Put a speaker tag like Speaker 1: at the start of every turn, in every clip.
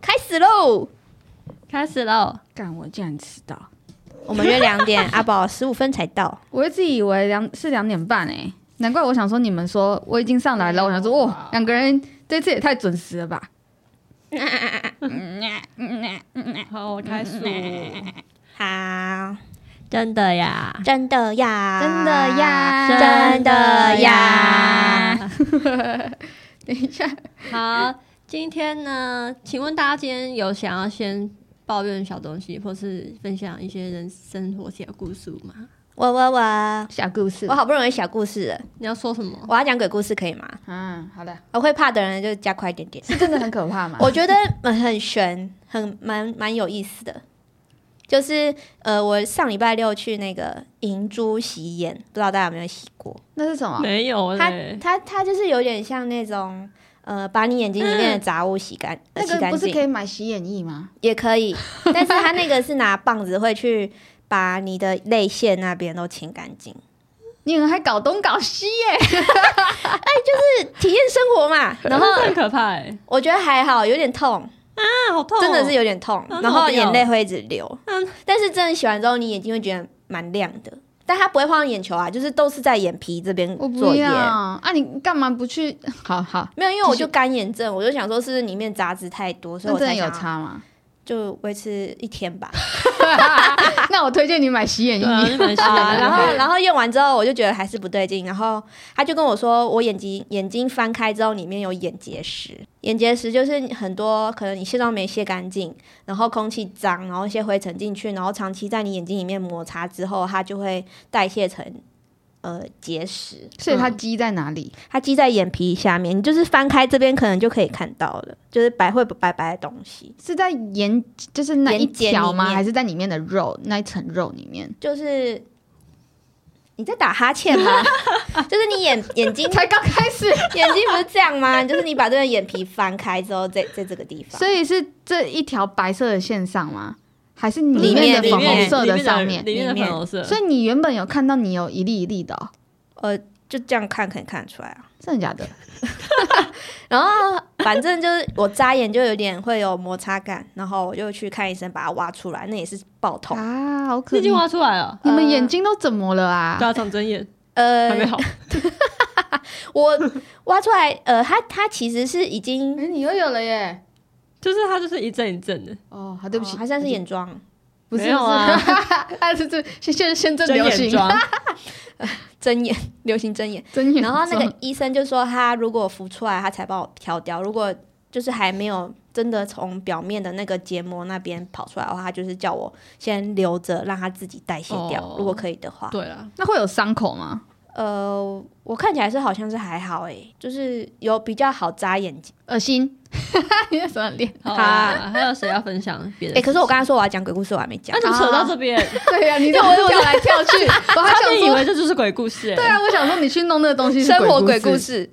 Speaker 1: 开始喽！
Speaker 2: 开始喽！
Speaker 3: 干，我竟然迟到，
Speaker 1: 我们约两 点，阿宝十五分才到。
Speaker 3: 我一直以为两是两点半诶、欸难怪我想说你们说我已经上来了，我想说哦，两个人这次也太准时了吧？
Speaker 2: 好，我开始。嗯
Speaker 1: 好，
Speaker 2: 真的呀？
Speaker 1: 真的呀，
Speaker 3: 真的，呀，
Speaker 1: 真的呀！
Speaker 3: 等一下，
Speaker 2: 好，今天呢？请问大家今天有想要先抱怨小东西，或是分享一些人生活小故事吗？
Speaker 1: 我我我，
Speaker 3: 小故事
Speaker 1: 我，好不容易小故事了，
Speaker 2: 你要说什么？
Speaker 1: 我要讲鬼故事可以吗？
Speaker 3: 嗯，好的，
Speaker 1: 我会怕的人就加快一点点。
Speaker 3: 是真的很可怕 吗？
Speaker 1: 我觉得呃很悬，很蛮蛮有意思的。就是呃，我上礼拜六去那个银珠洗眼，不知道大家有没有洗过？
Speaker 3: 那是什么？
Speaker 2: 没有欸
Speaker 1: 它它它就是有点像那种呃，把你眼睛里面的杂物洗干、呃
Speaker 3: 那
Speaker 1: 洗
Speaker 3: 个
Speaker 1: 干
Speaker 3: 不是可
Speaker 1: 净，
Speaker 3: 以买洗眼液吗？
Speaker 1: 也可以。 但是它那个是拿棒子会去把你的泪腺那边都清干净，
Speaker 3: 你们还搞东搞西耶、
Speaker 1: 是体验生活 嘛。然
Speaker 2: 然
Speaker 1: 后
Speaker 2: 后很可怕哎！
Speaker 1: 我觉得还好，有点痛，
Speaker 2: 啊，好
Speaker 3: 哦
Speaker 2: 痛
Speaker 1: 真的是有点痛，
Speaker 3: 啊
Speaker 2: 那
Speaker 1: 然后
Speaker 2: 好掉
Speaker 1: 眼泪会一直流。
Speaker 2: 嗯
Speaker 1: 但是真的洗完之后，你眼睛会觉得蛮亮的，但它不会晃到眼球啊，就是都是在眼皮这边
Speaker 3: 我
Speaker 1: 作
Speaker 3: 不
Speaker 1: 业
Speaker 3: 要。啊！你干嘛不去？ 好好，
Speaker 1: 没有，因为我就干眼症，我就想说是不是里面杂质太多，所以
Speaker 3: 那
Speaker 1: 我
Speaker 3: 真
Speaker 1: 才
Speaker 3: 的有
Speaker 1: 想要
Speaker 3: 差吗？
Speaker 1: 就维持一天吧。
Speaker 3: 那我推荐你买洗眼
Speaker 2: 对啊，
Speaker 3: 液。
Speaker 2: 就 蛮
Speaker 1: 啊，然后
Speaker 2: 后
Speaker 1: 然后用完之后，我就觉得还是不对劲，然后他就跟我说，我眼睛眼睛翻开之后里面有眼结石，眼结石就是很多可能你卸妆没卸干净，然后空气脏，然后一些灰尘进去，然后长期在你眼睛里面摩擦之后，它就会代谢成呃结石。嗯
Speaker 3: 所以它积在哪里？
Speaker 1: 它积在眼皮下面，你就是翻开这边可能就可以看到了，就是白会白白的东西，
Speaker 3: 是在眼，就是那
Speaker 1: 眼
Speaker 3: 一
Speaker 1: 睑
Speaker 3: 条
Speaker 1: 里
Speaker 3: 吗？
Speaker 1: 面
Speaker 3: 还是在里面的肉那一层肉里面？
Speaker 1: 就是你在打哈欠吗？就是你眼眼睛
Speaker 3: 才刚开始，
Speaker 1: 眼睛不是这样吗？就是你把这个眼皮翻开之后，在在这个地方，
Speaker 3: 所以是这一条白色的线上吗？还是
Speaker 1: 里
Speaker 3: 里
Speaker 1: 面的
Speaker 3: 面的
Speaker 1: 粉
Speaker 3: 粉
Speaker 1: 红
Speaker 3: 红
Speaker 1: 色
Speaker 3: 色的上面？
Speaker 2: 里面的
Speaker 1: 里面
Speaker 2: 粉红色，
Speaker 3: 所以你原本有看到你有一粒一粒的、哦，
Speaker 1: 呃，就这样看可以看得出来啊。
Speaker 3: 真的假的？
Speaker 1: 然后反正就是我眨眼就有点会有摩擦感，然后我就去看医生把它挖出来，那也是爆痛。
Speaker 3: 啊，好可
Speaker 2: 那句
Speaker 3: 怜！
Speaker 2: 挖出来了，
Speaker 3: 你们眼睛都怎么了啊？
Speaker 2: 大长针眼
Speaker 1: 呃
Speaker 2: 还，没好，
Speaker 1: 我挖出来，呃，它它其实是已经，
Speaker 3: 哎你又有了耶！
Speaker 2: 就是它就是一阵一阵的，
Speaker 3: 哦，好，对不起，
Speaker 1: 好像是眼妆，
Speaker 3: 不是
Speaker 2: 没有啊，
Speaker 3: 但是 这现现现正
Speaker 2: 真
Speaker 3: 流行
Speaker 2: 眼，妆，
Speaker 1: 睁眼，流行睁眼。
Speaker 3: 真 眼
Speaker 1: 然后那
Speaker 3: 妆
Speaker 1: 个医生就说，他如果浮出来，他才帮我挑掉；如果就是还没有真的从表面的那个结膜那边跑出来的话，他就是叫我先留着，让它自己代谢掉。
Speaker 2: 哦
Speaker 1: 如果可以的话，
Speaker 2: 对啦，
Speaker 3: 那会有伤口吗？
Speaker 1: 呃，我看起来是好像是还好诶、就是有比较好眨眼睛。
Speaker 3: 恶心！ 你在什么脸？
Speaker 2: 好啊，还有谁要分享别
Speaker 1: 诶、
Speaker 2: 的？
Speaker 1: 哎可是我刚刚说我要讲鬼故事，我还没讲啊
Speaker 2: 那。怎么扯到这边？
Speaker 3: 对呀、你这我 跳来跳去，我还
Speaker 2: 差
Speaker 3: 想
Speaker 2: 点以
Speaker 3: 说，
Speaker 2: 为这就是鬼故事、欸，
Speaker 3: 对啊，我想说你去弄那个东西是
Speaker 1: 生活鬼
Speaker 3: 鬼
Speaker 1: 故。事，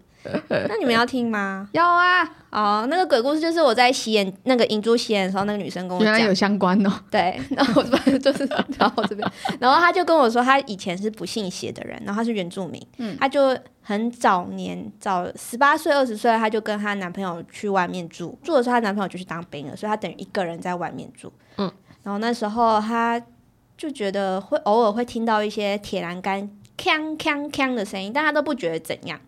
Speaker 1: 那你们要听吗？
Speaker 3: 要啊，
Speaker 1: 哦，那个鬼故事就是我在洗眼那个银珠洗眼的时候，那个女生跟我
Speaker 3: 原来
Speaker 1: 讲，
Speaker 3: 有相关 哦。
Speaker 1: 对， 然后我就就是，然后这边，然后他就跟我说，他以前是不信邪的人，然后他是原住民，
Speaker 3: 嗯
Speaker 1: 他就很早年早十八岁、二十岁，他就跟她男朋友去外面住，住的时候她男朋友就去当兵了，所以她等于一个人在外面住，
Speaker 2: 嗯，
Speaker 1: 然后那时候她就觉得会偶尔会听到一些铁栏杆锵锵锵的声音，但她都不觉得怎样。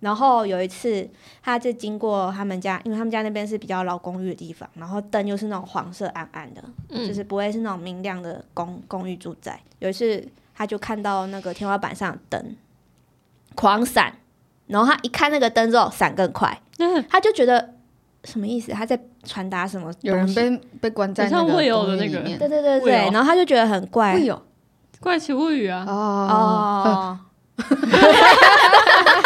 Speaker 1: 然后有一次，她就经过他们家，因为他们家那边是比较老公寓的地方，然后灯又是那种黄色暗暗的，就
Speaker 2: 嗯，
Speaker 1: 是不会是那种明亮的公公寓住宅。有一次，他就看到那个天花板上的灯狂闪，然后他一看那个灯之后，闪更快，
Speaker 2: 嗯
Speaker 1: 他就觉得什么意思？他在传达什么东西？
Speaker 3: 有人被被关在
Speaker 2: 很像
Speaker 3: 那个
Speaker 2: 会有
Speaker 3: 公
Speaker 2: 的
Speaker 3: 寓
Speaker 2: 那个
Speaker 3: 里面
Speaker 1: 对对对
Speaker 2: 会
Speaker 1: 对，
Speaker 2: 有
Speaker 1: 然后他就觉得很怪
Speaker 3: 会有
Speaker 2: 怪奇物 语啊，
Speaker 3: 哦
Speaker 1: 哦，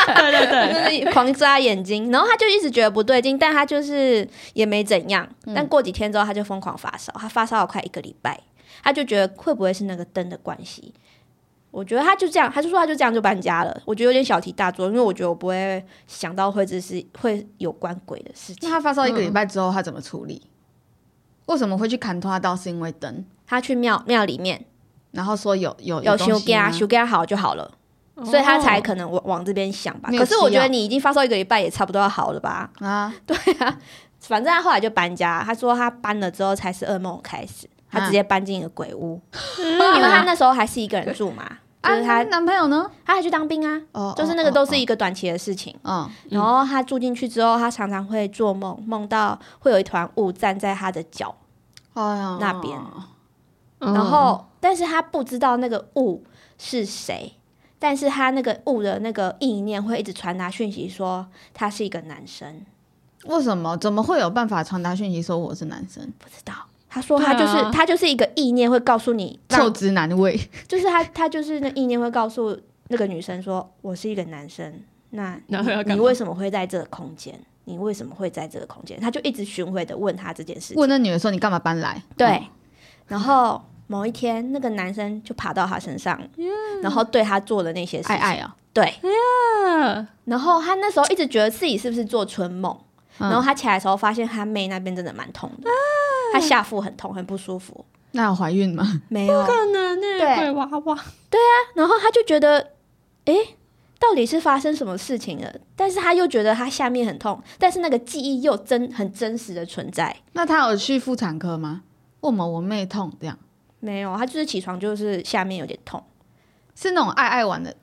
Speaker 2: 对对对，
Speaker 1: 就是狂眨眼睛，然后他就一直觉得不对劲，但他就是也没怎样。但过几天之后，他就疯狂发烧，他发烧了快一个礼拜，他就觉得会不会是那个灯的关系？我觉得他就这样，他就说他就这样就搬家了。我觉得有点小题大做，因为我觉得我不会想到会这是会有关鬼的事
Speaker 3: 那
Speaker 1: 情。
Speaker 3: 他发烧一个礼拜之后，他怎么处理？为什么会去砍拖刀？是因为灯，
Speaker 1: 他去庙庙里面
Speaker 3: 然后说有有
Speaker 1: 有
Speaker 3: 修
Speaker 1: 修给他修给他好就好了，所以他才可能往往这边想吧。
Speaker 3: 没有
Speaker 1: 可是我
Speaker 3: 吃
Speaker 1: 觉
Speaker 3: 药
Speaker 1: 得你已经发烧一个礼拜，也差不多要好了吧？
Speaker 3: 啊，
Speaker 1: 对啊，反正他后来就搬家，他说他搬了之后才是噩梦开始，他直接搬进一个鬼屋，因为他那时候还是一个人住嘛，就
Speaker 4: 啊，
Speaker 1: 是
Speaker 4: 她
Speaker 1: 嗯他
Speaker 4: 男朋友呢？
Speaker 1: 他还去当兵啊，
Speaker 4: 哦
Speaker 1: 就是那个都是一个短期的事情。
Speaker 4: 哦，
Speaker 1: 然后他住进去之后，他常常会做梦，梦到会有一团雾站在他的脚，
Speaker 4: 哦
Speaker 1: 那边
Speaker 2: 然
Speaker 1: 然后但是他不知道那个雾是谁，但是他那个雾的那个意念会一直传达讯息说他是一个男生，
Speaker 3: 为什么？怎么会有办法传达讯息说我是男生？
Speaker 1: 不知道。他说他就是、
Speaker 2: 对啊
Speaker 1: 他就是一个意念会告诉你，
Speaker 3: 臭直男味，
Speaker 1: 就是他他就是那意念会告诉那个女生说我是一个男生，那
Speaker 2: 然后 要干
Speaker 1: 你
Speaker 2: 嘛
Speaker 1: 为什么会在这个空间？你为什么会在这个空间？他就一直巡回的问他这件事情。
Speaker 3: 问那女的说你干嘛搬来？
Speaker 1: 对，然后某一天那个男生就爬到她身上，
Speaker 2: 嗯
Speaker 1: 然后对她做的那些事情，
Speaker 3: 爱爱啊，
Speaker 1: 对，
Speaker 2: 啊
Speaker 1: 然后她那时候一直觉得自己是不是做春梦，
Speaker 3: 嗯
Speaker 1: 然后她起来的时候发现她妹那边真的蛮痛的，
Speaker 2: 啊
Speaker 1: 她下腹很痛，很不舒服，
Speaker 3: 那有怀孕吗？
Speaker 1: 没有，
Speaker 2: 不可能呢、
Speaker 1: 对
Speaker 2: 鬼娃娃，
Speaker 1: 然后她就觉得，诶，到底是发生什么事情了？但是她又觉得她下面很痛，但是那个记忆又真很真实的存在。
Speaker 3: 那她有去妇产科吗？为什么我妹痛这样？
Speaker 1: 没有，她就是起床就是下面有点痛，
Speaker 3: 是那种爱爱玩的，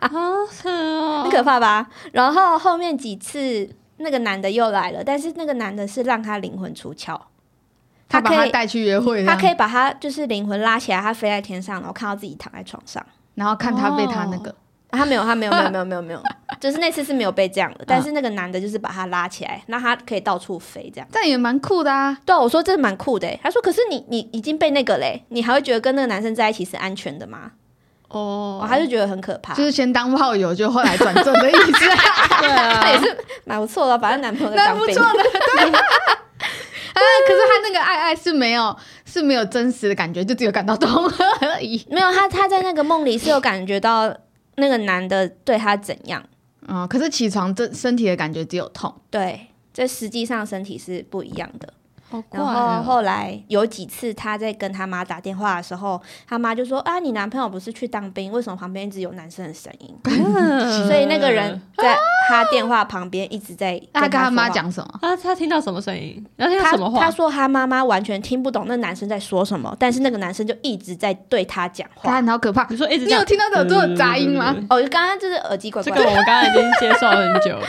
Speaker 2: 好扯哦！
Speaker 1: 很可怕吧？然后后面几次那个男的又来了，但是那个男的是让他灵魂出窍，
Speaker 3: 她把
Speaker 1: 可
Speaker 3: 她
Speaker 1: 以
Speaker 3: 带去约会这
Speaker 1: 他
Speaker 3: 样，
Speaker 1: 可以把他就是灵魂拉起来，他飞在天上，然后看到自己躺在床上。
Speaker 3: 然后看她被她那个，
Speaker 1: 啊他没有，他没有，没有，没有，没有，没有， 就是那次是没有被这样的，但是那个男的就是把他拉起来，让他可以到处飞这样。
Speaker 3: 但也蛮酷的啊。
Speaker 1: 对啊、我说这蛮酷的欸。他说，可是你你已经被那个嘞，你还会觉得跟那个男生在一起是安全的吗？
Speaker 2: 哦
Speaker 1: 哦，他就觉得很可怕
Speaker 3: 就，是先当炮友，就后来转正的意思啊。
Speaker 2: 对啊，也是
Speaker 1: 蛮不错的，把她男朋友在
Speaker 3: 蛮
Speaker 1: 当
Speaker 3: 不
Speaker 1: 兵。
Speaker 3: 错的。对哎，可是他那个爱爱是没有是没有真实的感觉，就只有感到痛而已。
Speaker 1: 没有，他他在那个梦里是有感觉到那个男的对他怎样，
Speaker 3: 嗯，可是起床这身体的感觉只有痛。
Speaker 1: 对，这实际上身体是不一样的。
Speaker 2: 好怪
Speaker 1: 然后
Speaker 2: 哦。
Speaker 1: 后来有几次他在跟他妈打电话的时候，他妈就说：“啊，你男朋友不是去当兵，为什么旁边一直有男生的声音？”所
Speaker 2: 所
Speaker 1: 以那个人在他电话旁边一直在
Speaker 3: 嗯那他跟
Speaker 1: 说
Speaker 3: 他
Speaker 1: 话
Speaker 3: 妈。讲什么？
Speaker 2: 啊，他听到什么声音？然后听到
Speaker 1: 他
Speaker 2: 什么话？
Speaker 1: 他说他妈妈完全听不懂那男生在说什么，但是那个男生就一直在对他讲
Speaker 3: 答
Speaker 1: 话。
Speaker 3: 案好可怕。
Speaker 2: 你说一直呃
Speaker 3: 你有听到有这种杂音吗？
Speaker 1: 哦，刚刚就是耳机怪
Speaker 2: 这
Speaker 1: 怪的。
Speaker 2: 个我刚刚已经接受很久了。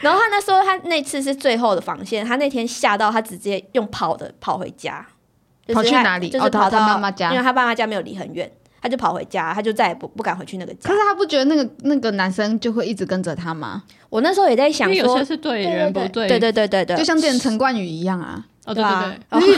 Speaker 1: 然后他那时候他那次是最后的防线，他那天吓到他直接用跑的跑回家，就是
Speaker 3: 跑去
Speaker 1: 他
Speaker 3: 哪里
Speaker 1: 就是
Speaker 3: 哦到
Speaker 1: 跑到
Speaker 3: 他妈妈家
Speaker 1: 因为他爸妈家没有离很远，他就跑回家，他就再也不不敢回去那个家
Speaker 3: 可是。他不觉得那个那个男生就会一直跟着他吗？
Speaker 1: 我那时候也在
Speaker 2: 因
Speaker 1: 想
Speaker 2: 为有
Speaker 1: 说
Speaker 2: 些，是对
Speaker 1: 对
Speaker 2: 人不
Speaker 1: 对对对对对对，
Speaker 3: 就像之前陈冠宇一样啊，
Speaker 2: 哦
Speaker 1: 对
Speaker 2: 对
Speaker 1: 吧
Speaker 2: 对？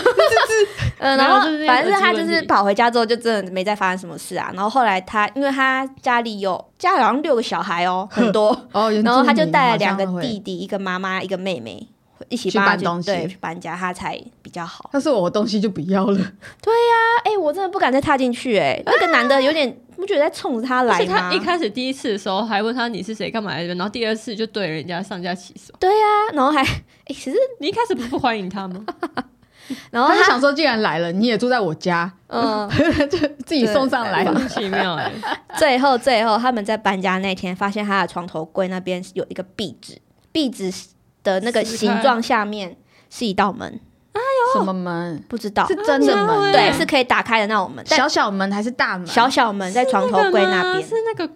Speaker 1: 然后嗯，然后
Speaker 2: 没有就是那个
Speaker 1: 反正是他
Speaker 2: 耳
Speaker 1: 就
Speaker 2: 机问题
Speaker 1: 是跑回家之后，就真的没再发生什么事啊。然后后来他，因为他家里有家里好像六个小孩哦， 很多，
Speaker 3: 哦，原
Speaker 1: 然后他就
Speaker 3: 住民
Speaker 1: 带了
Speaker 3: 好
Speaker 1: 两
Speaker 3: 像
Speaker 1: 个
Speaker 3: 会
Speaker 1: 弟。弟、一个妈妈、一个妹妹一起
Speaker 3: 去
Speaker 1: 帮他
Speaker 3: 搬东西
Speaker 1: 对，去搬家，他才比较好。
Speaker 3: 他说我东西就不要了，
Speaker 1: 哎、我真的不敢再踏进去、哎，那个男的有点，不觉得在冲着他
Speaker 2: 而
Speaker 1: 来
Speaker 2: 且
Speaker 1: 吗？
Speaker 2: 他一开始第一次的时候还问他你是谁，干嘛来这边，然后第二次就对人家上下其手。
Speaker 1: 啊然后还， 哎、其实，
Speaker 2: 你一开始不是不欢迎 他吗？
Speaker 1: 然后
Speaker 3: 他就
Speaker 1: 哦他，
Speaker 3: 想说既然来了，你也住在我家，
Speaker 1: 嗯，
Speaker 3: 就自己送上来
Speaker 2: 莫
Speaker 3: 了。
Speaker 2: 名其妙哎，
Speaker 1: 最后最后他们在搬家那天，发现他的床头柜那边有一个壁纸，壁纸的那个
Speaker 2: 撕开
Speaker 1: 形状下面是一道门，
Speaker 3: 什么门？
Speaker 1: 不知道
Speaker 3: 是，真的门？
Speaker 1: 哦
Speaker 3: 啊
Speaker 1: 对，是可以打开的那种门，但
Speaker 3: 小小门还是大门？
Speaker 1: 小小门在床头柜那边
Speaker 2: 是。那个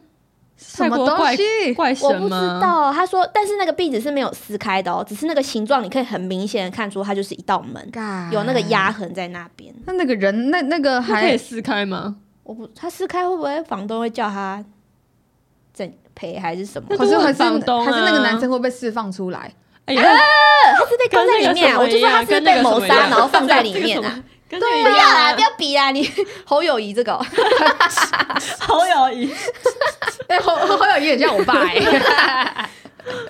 Speaker 3: 什么
Speaker 2: 泰国
Speaker 3: 东
Speaker 2: 怪
Speaker 3: 西？
Speaker 2: 怪
Speaker 1: 我
Speaker 2: 神
Speaker 1: 不知
Speaker 2: 吗？
Speaker 1: 道，他说，但是那个壁纸是没有撕开的哦，只是那个形状，你可以很明显的看出它就是一道门，有那个压。痕在那边。
Speaker 3: 那那个人，那那个
Speaker 2: 他可以
Speaker 3: 还
Speaker 2: 撕开吗？
Speaker 1: 我不，他撕开会不会房东会叫他整赔还是什么？
Speaker 2: 那
Speaker 3: 可
Speaker 2: 就是
Speaker 3: 还
Speaker 2: 问
Speaker 3: 是
Speaker 2: 房东啊
Speaker 3: 还是那个男生会被释放出来？
Speaker 2: 哎呀，
Speaker 1: 他哦是被关在里面、啊，我
Speaker 2: 跟那个
Speaker 1: 就说
Speaker 2: 什么一样
Speaker 1: 他是被谋
Speaker 2: 跟那个什么一
Speaker 1: 杀，
Speaker 2: 样
Speaker 1: 然后放在里面啊。
Speaker 2: 跟
Speaker 1: 不
Speaker 2: 那
Speaker 1: 要
Speaker 2: 个一样啊
Speaker 1: 啦，不要比啦，你 侯友谊这个哦、
Speaker 2: 侯友谊，
Speaker 3: 哎，侯侯友谊也像我爸 哎，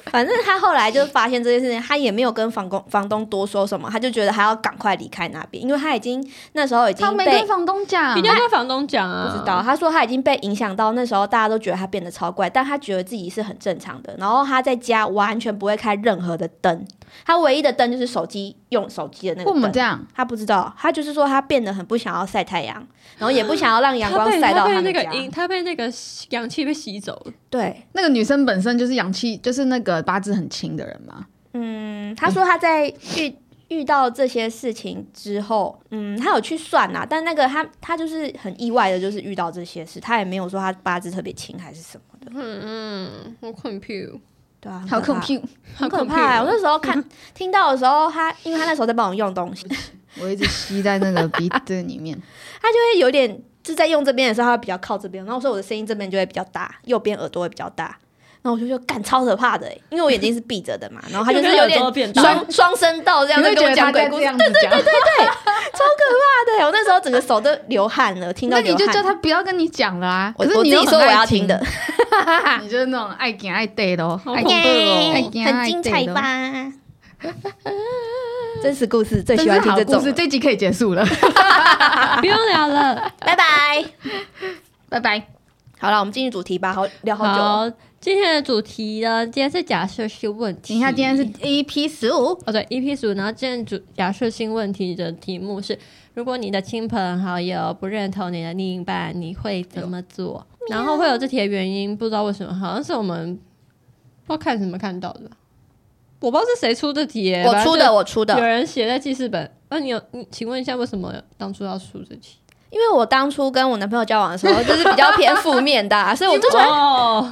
Speaker 1: 反正他后来就发现这件事情，他也没有跟房东房东多说什么，他就觉得还要赶快离开那边，因为他已经那时候已
Speaker 3: 他
Speaker 1: 经
Speaker 3: 没
Speaker 1: 被
Speaker 3: 跟房东讲
Speaker 2: 一，定要跟房东讲啊！
Speaker 1: 不知道，，他说他已经被影响到，那时候大家都觉得他变得超怪，但他觉得自己是很正常的。然后他在家完全不会开任何的灯，他唯一的灯就是手机用手机的那
Speaker 3: 为
Speaker 1: 个
Speaker 3: 什么
Speaker 1: 灯
Speaker 3: 这。样？
Speaker 1: 他不知道，他就是说他变得很不想要 晒太阳，然后也不想要让阳
Speaker 2: 他
Speaker 1: 光
Speaker 2: 被
Speaker 1: 晒到
Speaker 2: 他被
Speaker 1: 们
Speaker 2: 那
Speaker 1: 家。
Speaker 2: 个阴，他被那个吸氧气被吸走了，
Speaker 1: 对，
Speaker 3: 那个女生本身就是阳气，就是那个八字很轻的人嘛。
Speaker 1: 嗯，他说他在遇遇到这些事情之后，嗯，他有去算啦、但那个他他就是很意外的，就是遇到这些事，他也没有说他八字特别轻还是什么的，
Speaker 2: 嗯，我 confuse，
Speaker 1: 对啊，很
Speaker 3: 好
Speaker 1: 可怕
Speaker 3: confuse，
Speaker 1: 很可怕、
Speaker 2: 哦
Speaker 1: 欸。我那时候 看听到的时候，他因为他那时候在帮我用东西，
Speaker 3: 我一直吸在那 个鼻子里面。
Speaker 1: 他就会有点就在用这边的时候，他会比较靠这边，然后所以我的声音这边就会比较大，右边耳朵会比较大。然后我就说干超可怕的、欸，因为我眼睛是闭着的嘛，然后他就是有
Speaker 2: 右边耳朵
Speaker 1: 点
Speaker 2: 变大
Speaker 1: 双双声道这样
Speaker 3: 你
Speaker 1: 在
Speaker 3: 会
Speaker 1: 跟我
Speaker 3: 觉得
Speaker 1: 讲
Speaker 3: 他
Speaker 1: 鬼
Speaker 3: 在
Speaker 1: 故
Speaker 3: 这
Speaker 1: 事，
Speaker 3: 样子讲，
Speaker 1: 对，我那时候整个手都流汗了，听到
Speaker 3: 那
Speaker 1: 流
Speaker 3: 你
Speaker 1: 汗。
Speaker 3: 就叫他不要跟你讲了啊。
Speaker 1: 我
Speaker 3: 可是
Speaker 1: 我
Speaker 3: 你
Speaker 1: 自
Speaker 3: 又
Speaker 1: 己说我
Speaker 3: 很爱
Speaker 1: 要听的，
Speaker 3: 你就是那种爱讲爱对的哦，
Speaker 2: 好
Speaker 3: 爱
Speaker 2: 恐怖哦
Speaker 3: 爱
Speaker 1: 耶
Speaker 3: 听
Speaker 1: 很精彩吧？ 真实故事最喜欢听这
Speaker 3: 哦真是
Speaker 1: 种
Speaker 3: 好故事，
Speaker 1: 了，
Speaker 3: 这集可以结 束了，
Speaker 2: 不用聊了。
Speaker 1: 拜拜。
Speaker 3: 拜拜。
Speaker 1: 好了，我们进入主题吧，好聊 好久哦。
Speaker 2: 好，今天的主题呢，今天是假设性问题。
Speaker 3: 等一下，今天是 EP 十 五，
Speaker 2: 哦，对，EP 组，然后今天主假设性问题的题目是：如果你的亲朋好友不认同你的另一半，你会怎么做？然后会有这题的原因，不知道为什么，好像是我们不知道看什么看到的，我不知道是谁出的题耶、
Speaker 1: 我出的，我出
Speaker 2: 反正就
Speaker 1: 的
Speaker 2: 有，人写在记事本。那、你有，你请问一下，为什么当初要出这题？
Speaker 1: 因为我当初跟我男朋友交往的时候，就是比较偏负面的 啊，所以我就说
Speaker 2: 哦，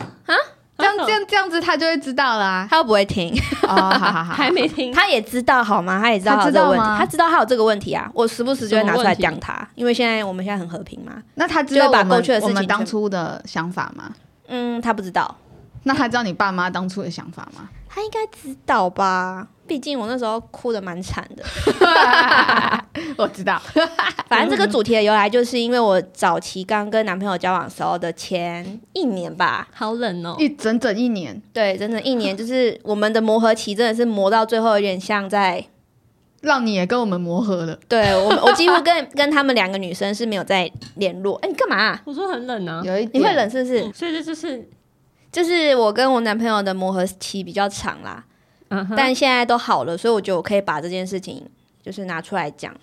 Speaker 3: 这样这样这样子他就会知 道啦。
Speaker 1: 他又不会听，
Speaker 3: 哦，好好好，
Speaker 2: 还没听，
Speaker 1: 他也知道好吗？他也知道
Speaker 3: 他
Speaker 1: 嗯他有
Speaker 3: 知
Speaker 1: 这
Speaker 3: 道
Speaker 1: 个问题
Speaker 3: 吗，
Speaker 1: 他知道他有这个问题啊。我时不时就会拿出来
Speaker 2: 什么问
Speaker 1: 讲他，因为现在我们现在很和平嘛。
Speaker 3: 那他知
Speaker 1: 就
Speaker 3: 道
Speaker 1: 会把
Speaker 3: 我们
Speaker 1: 过去的事情
Speaker 3: 我们
Speaker 1: 全
Speaker 3: 当初的想法吗？
Speaker 1: 嗯，他不知道，
Speaker 3: 那他知道你爸妈当初的想法 吗？
Speaker 1: 他应该知道吧？毕竟我那时候哭的蛮惨 的。
Speaker 3: 我知道，
Speaker 1: 反正这个主题的由来，就是因为我早期刚跟男朋友交往时候的前一年 吧，
Speaker 2: 好 冷哦。
Speaker 3: 一整整一年
Speaker 1: 对，整整一年，就是我们的磨合期真的是磨到最后，有点像在
Speaker 3: 让你也跟我们磨合了，
Speaker 1: 对我，我几乎跟 跟他们两个女生是没有在联络。哎、你干嘛啊、
Speaker 2: 我说很冷啊，
Speaker 3: 有一点
Speaker 1: 你会冷是不是？
Speaker 2: 所以这就是，
Speaker 1: 就是我跟我男朋友的磨合期比较长啦，
Speaker 2: 嗯哼，
Speaker 1: 但现在都好了，所以我觉得我可以把这件事情就是拿出来讲。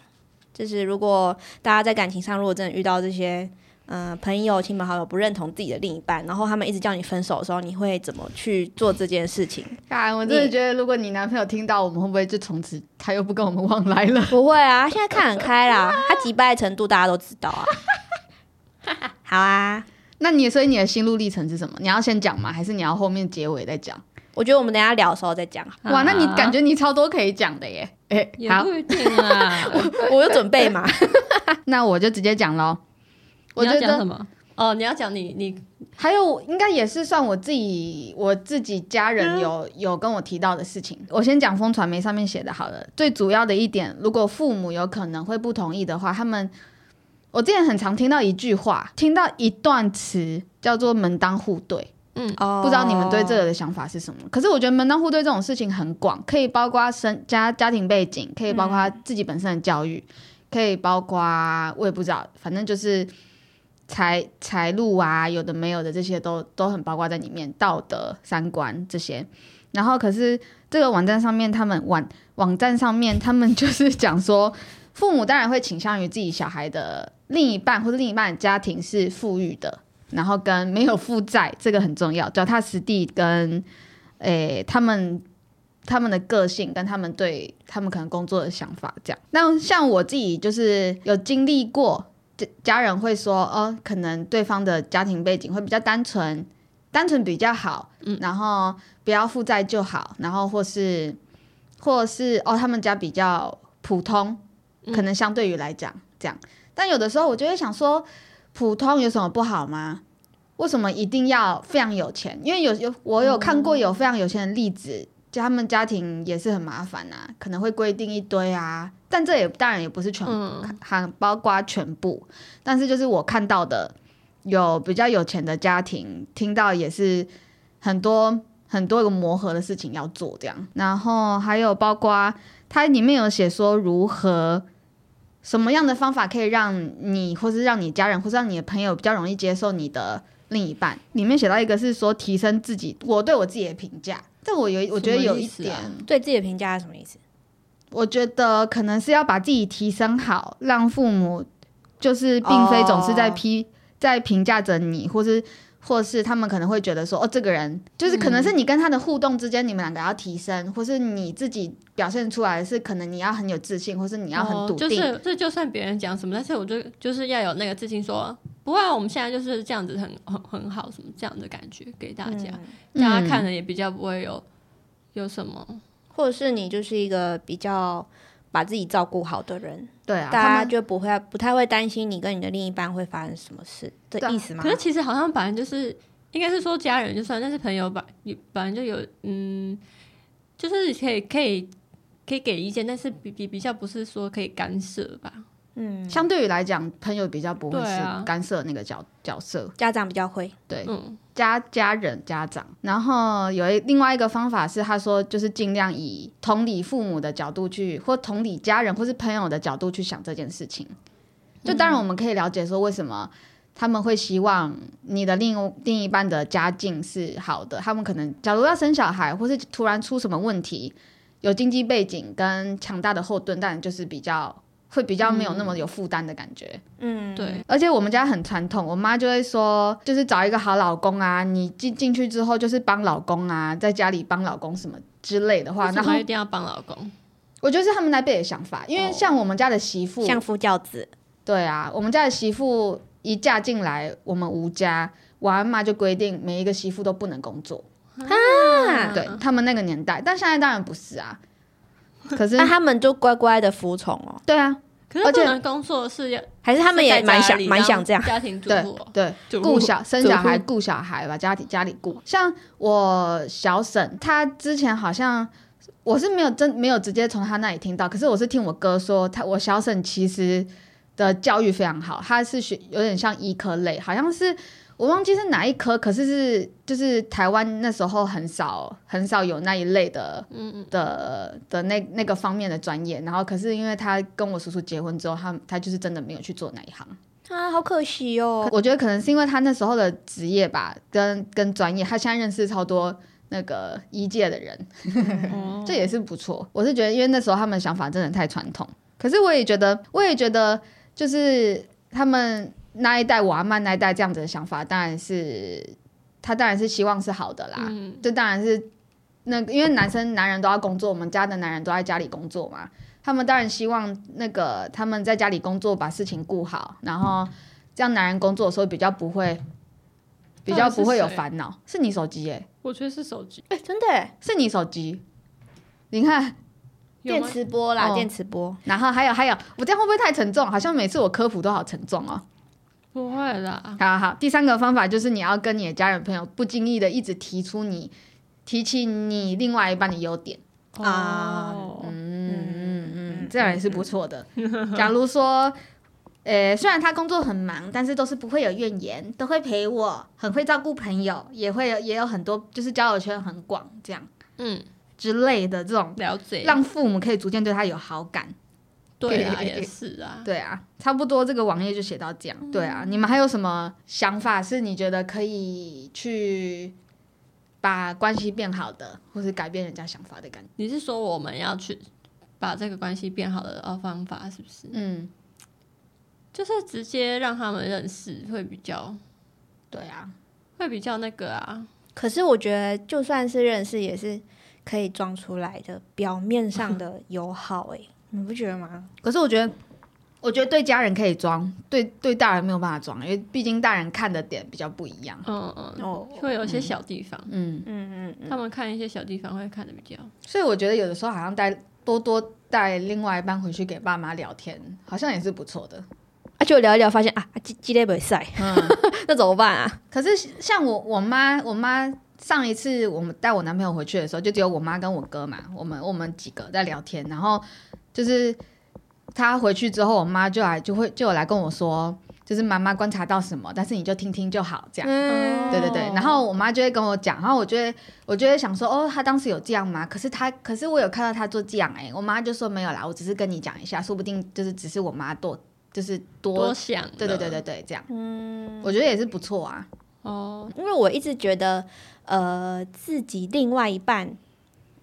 Speaker 1: 就是如果大家在感情上，如果真的遇到这些，嗯、朋友、亲朋好友不认同自己的另一半，然后他们一直叫你分手的时候，你会怎么去做这件事情？
Speaker 3: 啊！我真的觉得，如果你男朋友听到，我们会不会就从此他又不跟我们往来了？
Speaker 1: 不会啊，他现在看很开啦，他击败的程度大家都知道 啊。好啊，
Speaker 3: 那你所以你的心路历程是什么？你要先讲吗？还是你要后面结尾再讲？
Speaker 1: 我觉得我们等一下聊的时候再讲。
Speaker 3: 哇，那你感觉你超多可以讲的耶！ 哎、
Speaker 2: 啊也
Speaker 3: 好
Speaker 2: 不，一定 啊。
Speaker 1: 我有准备嘛？
Speaker 3: 那我就直接讲喽。我
Speaker 2: 你
Speaker 3: 觉
Speaker 2: 要讲
Speaker 3: 得
Speaker 2: 什么？哦，你要讲你你
Speaker 3: 还有应该也是算我自己我自己家人有、有跟我提到的事情。我先讲风传媒上面写的好了，最主要的一点，如果父母有可能会不同意的话，他们我之前很常听到一句话，听到一段词叫做“门当户对”，
Speaker 1: 哦
Speaker 3: 不知道你们对这个的想法是什么？可是我觉得门当户对这种事情很广，可以包括身家家庭背景，可以包括自己本身的教育，可以包括我也不知道，反正就是财财路啊，有的没有的这些都都很包括在里面，道德、三观这些。然后可是这个网站上面，他们网网站上面他们就是讲说，父母当然会倾向于自己小孩的另一半或者另一半的家庭是富裕的，然后跟没有负债，这个很重要，脚踏实地跟诶、他们他们的个性跟他们对他们可能工作的想法这样。那像我自己就是有经历过，家家人会说哦，可能对方的家庭背景会比较单纯，单纯比较好，然后不要负债就好，然后或是或是哦，他们家比较普通，可能相对于来讲这样。但有的时候我就会想说，普通有什么不好吗？为什么一定要非常有钱？因为有有我有看过有非常有钱的例子，就他们家庭也是很麻烦啊，可能会规定一堆啊。但这也当然也不是全
Speaker 2: 嗯
Speaker 3: 含包括全部，但是就是我看到的有比较有钱的家庭，听到也是很多很多个磨合的事情要做这样，然后还有包括它里面有写说如何。什么样的方法可以让你，或是让你家人，或是让你的朋友比较容易接受你的另一半？里面写到一个是说提升自己，我对我自己的评价，这我有一，我觉得有一
Speaker 2: 什么意思
Speaker 3: 点，
Speaker 2: 啊
Speaker 1: 对自己的评价是什么意思？
Speaker 3: 我觉得可能是要把自己提升好，
Speaker 2: 哦
Speaker 3: 让父母就是并非总是在批、在评价着你，或是或是他们可能会觉得说，哦，这个人就是可能是你跟他的互动之间，你们两个要提升，或是你自己表现出来是可能你要很有自信，或是你要很
Speaker 2: 哦
Speaker 3: 笃定。
Speaker 2: 就是这就算别人讲什么，但是我就就是要有那个自信说。不过我们现在就是这样子很很很好，什么这样的感觉给大家，
Speaker 3: 嗯
Speaker 2: 大家看了也比较不会有有什么
Speaker 1: 或者是你就是一个比较把自己照顾好的人，
Speaker 3: 对啊，
Speaker 1: 大
Speaker 3: 他
Speaker 1: 家
Speaker 3: 们
Speaker 1: 就不会不太会担心你跟你的另一半会发生什么事
Speaker 3: 对
Speaker 1: 的
Speaker 3: 啊
Speaker 1: 意思吗？
Speaker 2: 可是其实好像本来就是，应该是说家人就算，但是朋友吧，你本来就有，嗯，就是可以可以可以给意见，但是比比比较不是说可以干涉吧。
Speaker 1: 嗯，
Speaker 3: 相对于来讲，朋友比较不会
Speaker 2: 对啊
Speaker 3: 是干涉那个角角色，
Speaker 1: 家长比较会，
Speaker 3: 对，
Speaker 2: 嗯，
Speaker 3: 家家人家长，然后有一另外一个方法是，他说就是尽量以同理父母的角度去，或同理家人或是朋友的角度去想这件事情。就当然我们可以了解说为什么他们会希望你的另一另一半的家境是好的，他们可能假如要生小孩，或是突然出什么问题，有经济背景跟强大的后盾，当然就是比较会比较没有那么有负担的感觉。
Speaker 1: 嗯，
Speaker 2: 对，
Speaker 3: 而且我们家很传统，我妈就会说，就是找一个好老公啊，你进进去之后就是帮老公啊，在家里帮老公什么之类的话。
Speaker 2: 为什
Speaker 3: 然后
Speaker 2: 么一哦定要帮老公？
Speaker 3: 我觉得是他们那辈的想法，因为像我们家的媳妇，
Speaker 1: 相夫教子，
Speaker 3: 对啊，我们家的媳妇一嫁进来，我们吴家，我阿妈就规定每一个媳妇都不能工作，
Speaker 1: 啊
Speaker 3: 对他们那个年代，但现在当然不是啊。可是
Speaker 1: 那，
Speaker 2: 啊
Speaker 1: 他们就乖乖的服从哦，
Speaker 3: 对啊，
Speaker 2: 可是
Speaker 3: 而
Speaker 2: 不
Speaker 3: 且
Speaker 2: 能工作是要，
Speaker 1: 还是他们
Speaker 2: 是
Speaker 1: 也
Speaker 2: 在
Speaker 1: 蛮
Speaker 2: 家
Speaker 1: 想
Speaker 2: 里
Speaker 1: 蛮
Speaker 2: 当
Speaker 1: 想这样，
Speaker 2: 家庭主
Speaker 3: 对
Speaker 2: 妇哦，
Speaker 3: 对，
Speaker 2: 主
Speaker 3: 顾
Speaker 2: 妇
Speaker 3: 小生
Speaker 2: 主
Speaker 3: 小孩
Speaker 2: 妇
Speaker 3: 顾小孩吧，家里家里顾。像我小婶，她之前好像我是没有真没有直接从她那里听到，可是我是听我哥说，她我小婶其实的教育非常好，她是学有点像医科类，好像是。我忘记是哪一科，可是是就是台湾那时候很少很少有那一类的
Speaker 2: 嗯嗯，
Speaker 3: 的的那那个方面的专业，然后可是因为她跟我叔叔结婚之后，她她就是真的没有去做那一行。
Speaker 1: 啊，好可惜哦，
Speaker 3: 我觉得可能是因为他那时候的职业吧，跟跟专业，他现在认识超多那个医界的人，
Speaker 2: 哦
Speaker 3: 这也是不错。我是觉得，因为那时候他们想法真的太传统，可是我也觉得，我也觉得就是他们那一代我阿曼那一代这样子的想法，当然是他当然是希望是好的啦，
Speaker 2: 嗯
Speaker 3: 这当然是那个，因为男生男人都要工作，我们家的男人都在家里工作嘛，他们当然希望那个他们在家里工作，把事情顾好，然后这样男人工作的时候比较不会，比较不会有
Speaker 2: 到底是谁
Speaker 3: 烦恼。是你手机耶、
Speaker 2: 我觉得是手机
Speaker 1: 哎，真的耶
Speaker 3: 是你手机，你看，
Speaker 2: 有
Speaker 1: 电
Speaker 2: 吗
Speaker 1: 磁波啦，
Speaker 3: 哦
Speaker 1: 电磁波，
Speaker 3: 然后还有还有，我这样会不会太沉重？好像每次我科普都好沉重哦。
Speaker 2: 不会啦，
Speaker 3: 好好，第三个方法就是你要跟你的家人朋友不经意的一直提出你提起你另外一半的优点。
Speaker 1: 啊
Speaker 2: 哦，
Speaker 3: 嗯，这样也是不错的。 假如说，呃，虽然他工作很忙，但是都是不会有怨言，都会陪我，很会照顾朋友，也会有也有很多就是交友圈很广这样
Speaker 2: 嗯，
Speaker 3: 之类的这种，
Speaker 2: 了解，
Speaker 3: 让父母可以逐渐对他有好感。
Speaker 2: 对啊，也是啊，
Speaker 3: 对啊，差不多这个网页就写到这样。对啊，你们还有什么想法是你觉得可以去把关系变好的，或是改变人家想法的感觉？
Speaker 2: 你是说我们要去把这个关系变好的呃方法是不是？
Speaker 3: 嗯，
Speaker 2: 就是直接让他们认识会比较
Speaker 3: 对啊，
Speaker 2: 会比较那个啊，
Speaker 1: 可是我觉得就算是认识，也是可以装出来的，表面上的友好，哎， 你不觉得吗？
Speaker 3: 可是我觉得，我觉得对家人可以装，对对大人没有办法装，因为毕竟大人看的点比较不一样。
Speaker 2: 嗯嗯，
Speaker 1: 哦，
Speaker 2: 会有一些小地方，
Speaker 3: 嗯，
Speaker 1: 嗯嗯嗯，
Speaker 2: 他们看一些小地方会看的比较，
Speaker 3: 所以我觉得有的时候好像带多多带另外一半回去给爸妈聊天，好像也是不错的。
Speaker 1: 啊，就聊一聊，发现啊，鸡鸡肋比赛， 那怎么办啊？
Speaker 3: 可是像我我妈，我妈上一次我们带我男朋友回去的时候，就只有我妈跟我哥嘛，我们我们几个在聊天，然后就是他回去之后，我妈就来就会就有来跟我说，就是妈妈观察到什么，但是你就听听就好这样。
Speaker 1: 嗯，
Speaker 3: 对对对
Speaker 2: 哦，
Speaker 3: 然后我妈就会跟我讲，然后我就会我就会想说，哦，她当时有这样吗？可是她，可是我有看到她做这样、欸，我妈就说没有啦，我只是跟你讲一下，说不定就是只是我妈多，就是多，
Speaker 2: 多想了，
Speaker 3: 对对对对对，这样，
Speaker 1: 嗯，
Speaker 3: 我觉得也是不错啊，
Speaker 2: 哦，
Speaker 1: 因为我一直觉得，呃，自己另外一半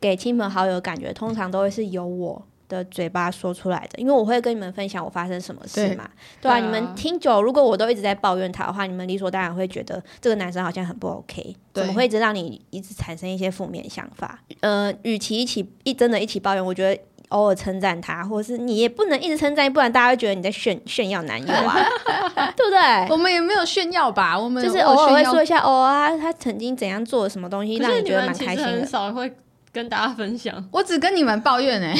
Speaker 1: 给亲朋好友的感觉，通常都会是由我的嘴巴说出来的，因为我会跟你们分享我发生什么事嘛，对
Speaker 2: 对
Speaker 1: 啊，
Speaker 2: 啊
Speaker 1: 你们听久，如果我都一直在抱怨他的话，你们理所当然会觉得这个男生好像很不 OK，
Speaker 3: 对
Speaker 1: 怎么会一直让你一直产生一些负面想法？呃，与其一起一真的一起抱怨，我觉得。偶尔称赞他，或者是你也不能一直称赞，不然大家会觉得你在炫炫耀男友啊， 对不
Speaker 2: 哎
Speaker 1: 对？
Speaker 3: 我们也没有炫耀吧，我们
Speaker 1: 就是
Speaker 3: 有
Speaker 1: 偶尔会
Speaker 3: 炫耀
Speaker 1: 说一下哦啊，他曾经怎样做了什么东西，
Speaker 2: 可
Speaker 1: 让
Speaker 2: 是
Speaker 1: 觉得
Speaker 2: 们
Speaker 1: 蛮
Speaker 2: 其
Speaker 1: 开
Speaker 2: 实
Speaker 1: 心
Speaker 2: 很
Speaker 1: 的。
Speaker 2: 少会跟大家分享，
Speaker 3: 我只跟你们抱 怨哎、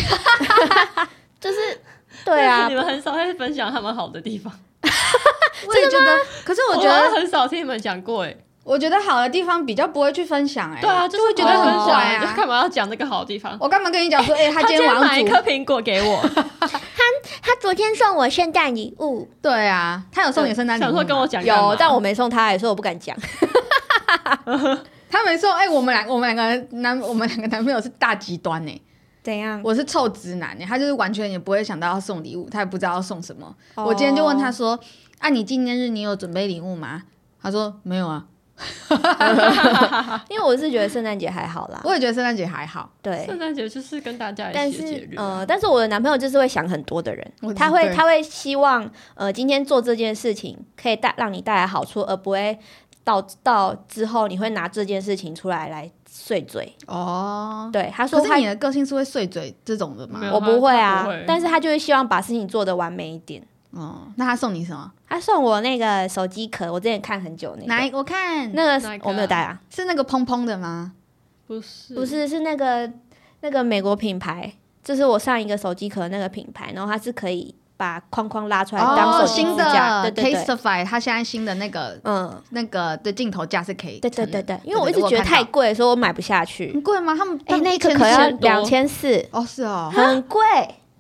Speaker 1: 对啊
Speaker 2: 你，们很少会分享他们好的地方。
Speaker 3: 我也觉得，可是我觉
Speaker 2: 好像
Speaker 3: 得，
Speaker 2: 很少听你们讲过，哎，
Speaker 3: 我觉得好的地方比较不会去分享哎、
Speaker 2: 对啊，
Speaker 3: 就
Speaker 2: 就是
Speaker 3: 会觉得
Speaker 2: 不会
Speaker 3: 很
Speaker 2: 分
Speaker 3: 怪
Speaker 2: 享，
Speaker 3: 啊
Speaker 2: 就。干嘛要讲那个好的地方？
Speaker 3: 我干嘛跟你讲说，哎、他
Speaker 2: 他
Speaker 3: 今天晚
Speaker 2: 买一颗
Speaker 3: 上煮，
Speaker 2: 苹果给 我，
Speaker 1: 他昨天送我圣诞礼物，
Speaker 3: 对啊，他有送你圣诞礼物
Speaker 2: 想
Speaker 3: 吗，
Speaker 2: 说跟我讲干嘛
Speaker 1: 有，但我没送他，所以我不敢讲。
Speaker 3: 他没送，哎、我们两我们两个男我们两个男朋友是大极端哎、
Speaker 1: 怎样？
Speaker 3: 我是臭直男哎、他就是完全也不会想到要送礼物，他也不知道要送什么。
Speaker 1: 哦
Speaker 3: 我今天就问他说，啊，你纪念日你有准备礼物吗？他说没有啊，
Speaker 2: 啊
Speaker 1: 哦，因为我是觉得圣诞节还好啦，
Speaker 3: 我也觉得圣诞节还好，
Speaker 1: 对。
Speaker 2: 圣诞节就是跟大家
Speaker 1: 但
Speaker 2: 一起的节
Speaker 1: 是
Speaker 2: 日，啊
Speaker 1: 呃，但是我的男朋友就是会想很多的
Speaker 3: 我
Speaker 1: 人，
Speaker 3: 知
Speaker 1: 他会
Speaker 3: 对
Speaker 1: 他会希望呃今天做这件事情可以带让你带来好处，而不会到到之后你会拿这件事情出来来碎嘴。
Speaker 3: 哦。
Speaker 1: 对，他说
Speaker 3: 可是
Speaker 1: 他
Speaker 3: 你的个性是会碎嘴这种的吗
Speaker 2: 没？有
Speaker 1: 我不会
Speaker 2: 他
Speaker 1: 啊
Speaker 2: 不会
Speaker 1: 但是他就是希望把事情做得完美一点。
Speaker 3: 哦，那他送你什么？
Speaker 1: 他送我那个手机壳，我之前看很久那个，嗯
Speaker 3: 来，我看
Speaker 1: 那个是
Speaker 2: 哪一个啊
Speaker 1: 我没有带啊，
Speaker 3: 是那个砰砰的吗？
Speaker 2: 不是
Speaker 1: 不是是那个那个美国品牌，这是我上一个手机壳那个品牌，然后它是可以把框框拉出来当手
Speaker 3: 哦，
Speaker 1: 机
Speaker 3: 新
Speaker 1: 支架，
Speaker 3: 的
Speaker 1: 对对对，
Speaker 3: Caseify，它现在新的那个
Speaker 1: 嗯，
Speaker 3: 那个的镜头架是可以
Speaker 1: 对
Speaker 3: 撑的，
Speaker 1: 对对对，因为我一
Speaker 3: 对
Speaker 1: 直觉得太
Speaker 3: 有看
Speaker 1: 贵，所以我买不下
Speaker 3: 到
Speaker 1: 去。
Speaker 3: 很贵吗？他们
Speaker 1: 哎，
Speaker 3: 他们
Speaker 1: 那
Speaker 3: 一
Speaker 1: 个
Speaker 3: 千
Speaker 1: 壳要
Speaker 2: 多
Speaker 1: 两千四，
Speaker 3: 哦是哦，
Speaker 1: 很贵，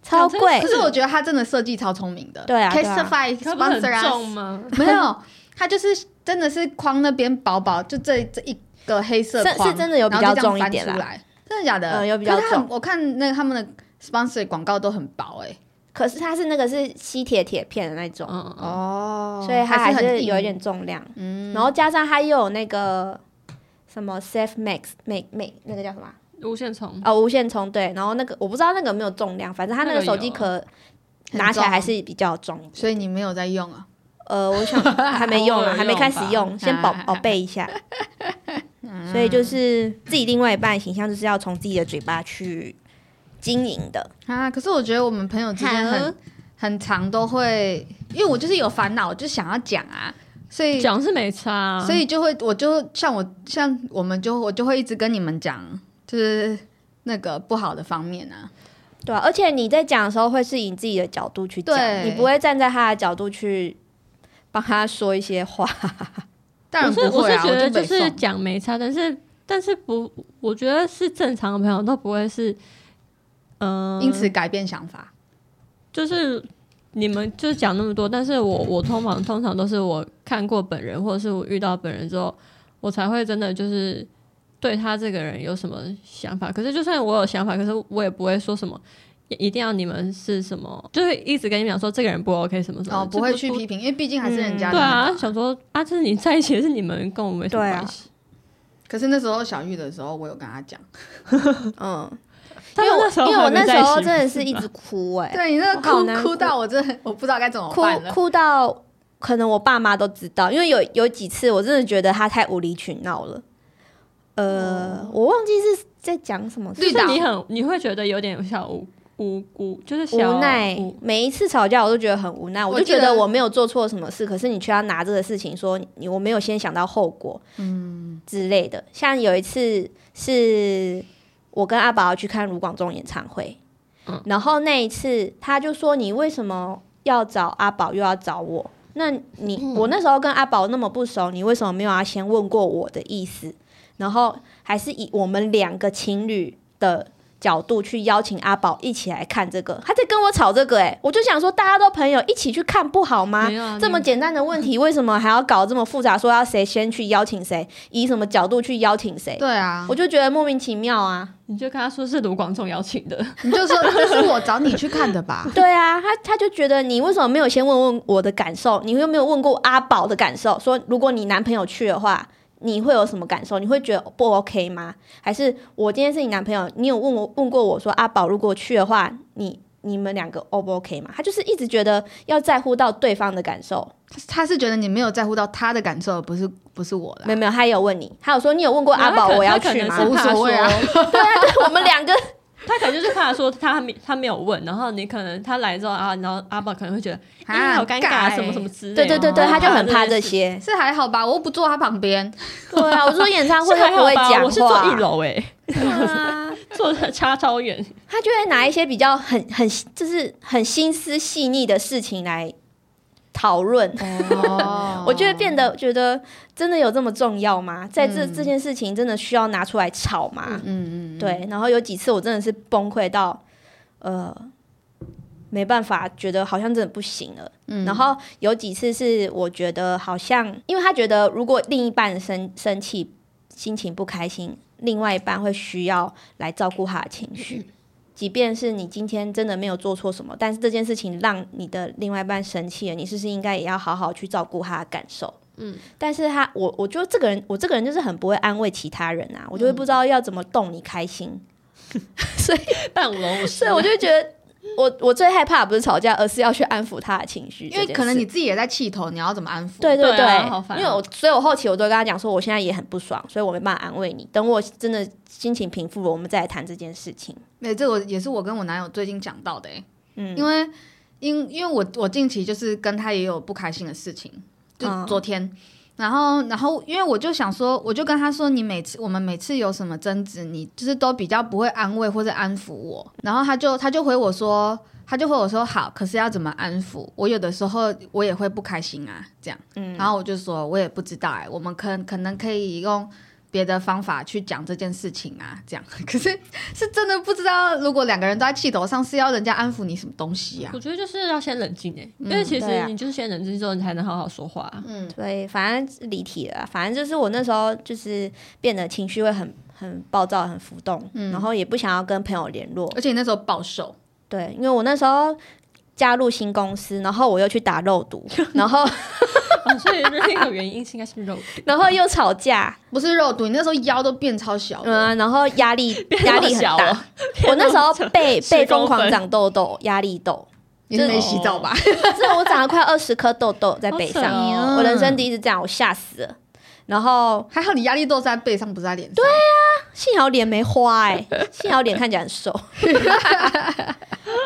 Speaker 1: 超贵
Speaker 3: 可。是我觉得他真的设计超聪明的，
Speaker 1: 哎对啊对啊
Speaker 3: ，Caseify
Speaker 2: 它不是很
Speaker 3: sponsor 啊
Speaker 2: 重
Speaker 3: us，
Speaker 2: 吗？
Speaker 3: 没有，它就是真的是框那边薄薄，就这这一个黑色
Speaker 1: 是
Speaker 3: 框
Speaker 1: 是真的有比较重一点啦
Speaker 3: 然后就这样翻出来，真的假的？
Speaker 1: 嗯有比较
Speaker 3: 可是它很
Speaker 1: 重
Speaker 3: 我看那个他们的 sponsor 广告都很薄哎，
Speaker 1: 可是它是那个是吸铁铁片的那种，
Speaker 2: 嗯嗯，
Speaker 3: 哦
Speaker 1: 所以它还
Speaker 3: 很
Speaker 1: 是
Speaker 3: 硬
Speaker 1: 有一点嗯重量。
Speaker 3: 嗯
Speaker 1: 然后加上它又有那个什么 Safe Max Make Make 那个叫什么啊？
Speaker 2: 嗯无限虫，
Speaker 1: 哦，无线充对，然后那个我不知道那个有没有重量，反正它那个手机壳拿起来还是比较重一点。
Speaker 3: 所以你没有在用啊？
Speaker 1: 呃，我想还没用
Speaker 2: 偶尔
Speaker 1: 啊，
Speaker 2: 用
Speaker 1: 还没开始用，先宝宝贝一下。所以就是自己另外一半的形象，就是要从自己的嘴巴去经营的。
Speaker 3: 啊，可是我觉得我们朋友之间很很常都会，因为我就是有烦恼，我就想要讲啊，所以
Speaker 2: 讲是没差啊，
Speaker 3: 所以就会我就像我像我们就我就会一直跟你们讲，就是那个不好的方面啊，
Speaker 1: 对啊、而且你在讲的时候，会是以自己的角度去讲，
Speaker 3: 对
Speaker 1: 你不会站在他的角度去帮他说一些话。
Speaker 3: 当然
Speaker 2: 我
Speaker 3: 不
Speaker 2: 是我
Speaker 3: 会
Speaker 2: 是
Speaker 3: 啊，
Speaker 2: 觉得
Speaker 3: 就
Speaker 2: 就
Speaker 3: 北
Speaker 2: 是
Speaker 3: 宋
Speaker 2: 讲没差，但是但是不，我觉得是正常的朋友都不会是，嗯、
Speaker 3: 因此改变想法。
Speaker 2: 就是你们就是讲那么多，但是我我通常通常都是我看过本人，或者是我遇到本人之后，我才会真的就是对他这个人有什么想法。可是就算我有想法，可是我也不会说什么。也一定要你们是什么，就是一直跟你们讲说这个人不 OK 什么什么的，
Speaker 3: 哦，
Speaker 2: 这
Speaker 3: 不会去批评，因为毕竟还是人家
Speaker 1: 他
Speaker 3: 的
Speaker 2: 对
Speaker 3: 那个。
Speaker 2: 啊，想说啊，这是你在一起的是你们，跟我没什么
Speaker 1: 对啊
Speaker 2: 关系。
Speaker 3: 可是那时候小玉的时候，我有跟他讲，
Speaker 1: 嗯，因
Speaker 2: 他
Speaker 1: 为
Speaker 2: 们
Speaker 1: 我
Speaker 2: 那时候
Speaker 1: 因为我
Speaker 2: 还没
Speaker 1: 那
Speaker 2: 在
Speaker 1: 时
Speaker 2: 一
Speaker 1: 候
Speaker 2: 起
Speaker 1: 真的
Speaker 2: 吧
Speaker 1: 是一直 哭
Speaker 2: 啊
Speaker 1: 哎、
Speaker 3: 对你那个
Speaker 1: 我好难
Speaker 3: 哭
Speaker 1: 过
Speaker 3: 哭到我真的我不知道该怎么
Speaker 1: 哭
Speaker 3: 办了。
Speaker 1: 哭到可能我爸妈都知道，因为有有几次我真的觉得他太无理取闹了。呃，
Speaker 2: 哦
Speaker 1: 我忘记是在讲什么，
Speaker 3: 绿
Speaker 2: 就是
Speaker 3: 岛
Speaker 2: 你很你会觉得有点小无无辜，就是小
Speaker 1: 无奈
Speaker 2: 无。
Speaker 1: 每一次吵架我都觉得很无奈，我
Speaker 3: 我
Speaker 1: 就
Speaker 3: 记
Speaker 1: 觉
Speaker 3: 得
Speaker 1: 得我没有做错什么事，可是你却要拿这个事情说你我没有先想到后果，嗯之类的。像有一次是我跟阿宝去看卢广仲演唱会，
Speaker 2: 嗯
Speaker 1: 然后那一次他就说你为什么要找阿宝又要找我？那你、我那时候跟阿宝那么不熟，你为什么没有要先问过我的意思？然后还是以我们两个情侣的角度去邀请阿宝一起来看这个，他在跟我吵这个、欸，我就想说大家都朋友一起去看不好吗
Speaker 2: 没有啊？
Speaker 1: 这么简单的问题，为什么还要搞这么复杂？说要谁先去邀请谁，以什么角度去邀请谁？
Speaker 3: 对啊
Speaker 1: 我，就觉得莫名其妙啊。？
Speaker 2: 你就跟他说是卢广仲邀请的，
Speaker 3: 你就说这是我找你去看的吧
Speaker 1: 对啊，他他就觉得你为什么没有先问问我的感受？你又没有问过阿宝的感受？说如果你男朋友去的话，你会有什么感受？你会觉得不 OK 吗？还是我今天是你男朋友，你有问我问过我说阿宝如果去的话，你你们两个 O 不 OK 吗？他就是一直觉得要在乎到对方的感受，
Speaker 3: 他他是觉得你没有在乎到他的感受，不是不是我
Speaker 1: 没
Speaker 3: 的。
Speaker 1: 有没有，他也有问你，啊他有说你有问过阿宝
Speaker 2: 没有
Speaker 1: 我要
Speaker 2: 他可
Speaker 1: 去吗
Speaker 2: 他可？能
Speaker 3: 无
Speaker 2: 是怕
Speaker 3: 所谓啊
Speaker 2: 说
Speaker 1: 对啊，对我们两 个
Speaker 2: 他可能就是怕说他没他没有问，然后你可能他来之后啊，然后阿宝可能会觉得
Speaker 3: 啊
Speaker 2: 啊 好尴尬，
Speaker 3: 尬
Speaker 2: 什么什
Speaker 3: 欸
Speaker 2: 么之类
Speaker 1: 对
Speaker 2: 的。
Speaker 1: 对对对，
Speaker 2: 然后
Speaker 1: 他就很怕
Speaker 2: 这
Speaker 1: 这
Speaker 2: 件事。
Speaker 1: 些。
Speaker 3: 是还好吧，我又不坐他旁 边，
Speaker 1: 对啊，我说演唱会
Speaker 2: 是
Speaker 1: 都
Speaker 2: 还
Speaker 1: 不
Speaker 2: 好
Speaker 1: 会
Speaker 2: 吧
Speaker 1: 讲话，
Speaker 2: 我是坐一楼哎、
Speaker 1: 啊
Speaker 2: 坐的差 超远。
Speaker 1: 他就会拿一些比较很很就是很心思细腻的事情来讨论。
Speaker 3: 哦
Speaker 1: 我就会变得觉得真的有这么重要吗？在这、
Speaker 3: 嗯
Speaker 1: 这件事情真的需要拿出来吵吗？
Speaker 3: 嗯嗯，嗯，
Speaker 1: 对，然后有几次我真的是崩溃到呃没办法，觉得好像真的不行了。
Speaker 3: 嗯
Speaker 1: 然后有几次是我觉得好像，因为他觉得如果另一半生生气、心情不开心，另外一半会需要来照顾他的情
Speaker 3: 嗯
Speaker 1: 绪。即便是你今天真的没有做错什么，但是这件事情让你的另外一半生气了，你是不是应该也要好好去照顾他的感受？嗯，但是他我我觉得这个人，我这个人就是很不会安慰其他人啊，我就会不知道要怎么逗你开心。
Speaker 2: 半舞龙舞狮
Speaker 1: 所以我就觉得 我我最害怕不是吵架，而是要去安抚他的情绪这
Speaker 3: 因
Speaker 1: 件事，
Speaker 3: 为可能你自己也在气头，你要怎么安抚？
Speaker 1: 对对
Speaker 2: 对啊好烦哦
Speaker 1: 因为我所以，我后期我都跟他讲说，我现在也很不爽，所以我没办法安慰你。等我真的心情平复了，我们再来谈这件事情。
Speaker 3: 对，这我也是我跟我男友最近讲到的、欸，
Speaker 1: 嗯
Speaker 3: 因为因因为我我近期就是跟他也有不开心的事情，就
Speaker 1: 嗯
Speaker 3: 昨天，然后然后因为我就想说，我就跟他说，你每次我们每次有什么争执，你就是都比较不会安慰或者安抚我，然后他就他就回我说。他就回我说好，可是要怎么安抚？我有的时候我也会不开心啊，这样。
Speaker 1: 嗯
Speaker 3: 然后我就说，我也不知道哎、我们可可能可以用别的方法去讲这件事情啊，这样。 可是是真的不知道，如果两个人都在气头上，是要人家安抚你什么东西啊？
Speaker 2: 我觉得就是要先冷静哎、因为其
Speaker 1: 对
Speaker 2: 实
Speaker 1: 啊
Speaker 2: 你就是先冷静之后，你才能好好说话、啊
Speaker 3: 嗯，
Speaker 1: 所以反正离题了啊，反正就是我那时候就是变得情绪会很很暴躁、很浮动，
Speaker 2: 嗯
Speaker 1: 然后也不想要跟朋友联络。
Speaker 3: 而且你那时候暴瘦，
Speaker 1: 对，因为我那时候。加入新公司，然后我又去打肉毒，然后
Speaker 2: 哦 所以那个原因是应该是肉
Speaker 1: 然后又吵 架，
Speaker 3: 不是肉毒，你那时候腰都变超小的。
Speaker 1: 嗯，然后压 力压力很
Speaker 2: 小
Speaker 1: 大
Speaker 2: 哦，
Speaker 1: 我那时候被
Speaker 2: 十
Speaker 1: 被
Speaker 2: 公
Speaker 1: 疯狂
Speaker 2: 分
Speaker 1: 长痘痘，压力 痘，
Speaker 3: 你是没洗澡吧？
Speaker 1: 这我长了快二十颗痘痘在背
Speaker 2: 好扯
Speaker 1: 上，
Speaker 2: 哦
Speaker 1: 我人生第一次这样，我吓死了。然后
Speaker 3: 还好你压力都是在背上，不是在脸上。对，
Speaker 1: 幸好脸没花哎、幸好脸看起来很瘦。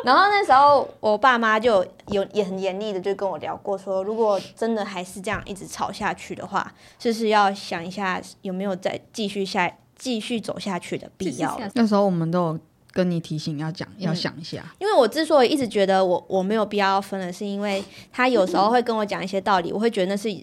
Speaker 1: 然后那时候我爸妈就有也很严厉的就跟我聊过说，如果真的还是这样一直吵下去的话，就是要想一下有没有再继续下继续走下去的 必要了。
Speaker 3: 那时候我们都有跟你提醒要讲，要想一下。
Speaker 1: 因为我之所以一直觉得我我没有必要分了，是因为他有时候会跟我讲一些道理，我会觉得那是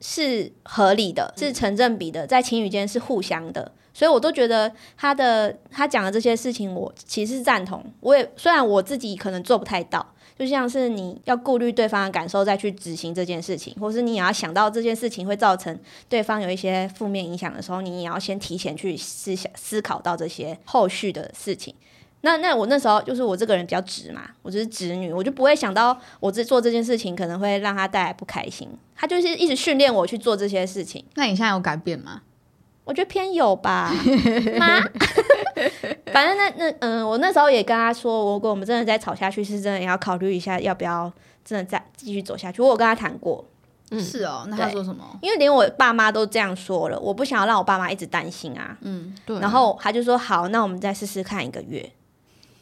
Speaker 1: 是合理的，是成正比的，在情侣间是互相的，所以我都觉得他的他讲的这些事情，我其实是赞同。我也虽然我自己可能做不太到，就像是你要顾虑对方的感受再去执行这件事情，或是你也要想到这件事情会造成对方有一些负面影响的时候，你也要先提前去思想思考到这些后续的事情。那那我那时候就是我这个人比较直嘛，我就是直女，我就不会想到我这做这件事情可能会让他带来不开心。他就是一直训练我去做这些事情，
Speaker 3: 那你现在有改变吗？
Speaker 1: 我觉得偏有吧，妈。 反正那那嗯，我那时候也跟他说，如果我们真的再吵下去，是真的也要考虑一下要不要真的再继续走下去。我有跟他谈过，
Speaker 2: 嗯
Speaker 3: 是哦，那他
Speaker 1: 对
Speaker 3: 说什么？
Speaker 1: 因为连我爸妈都这样说了，我不想要让我爸妈一直担心啊。
Speaker 3: 嗯，
Speaker 2: 对
Speaker 1: 然后他就说好，那我们再试试看一个月，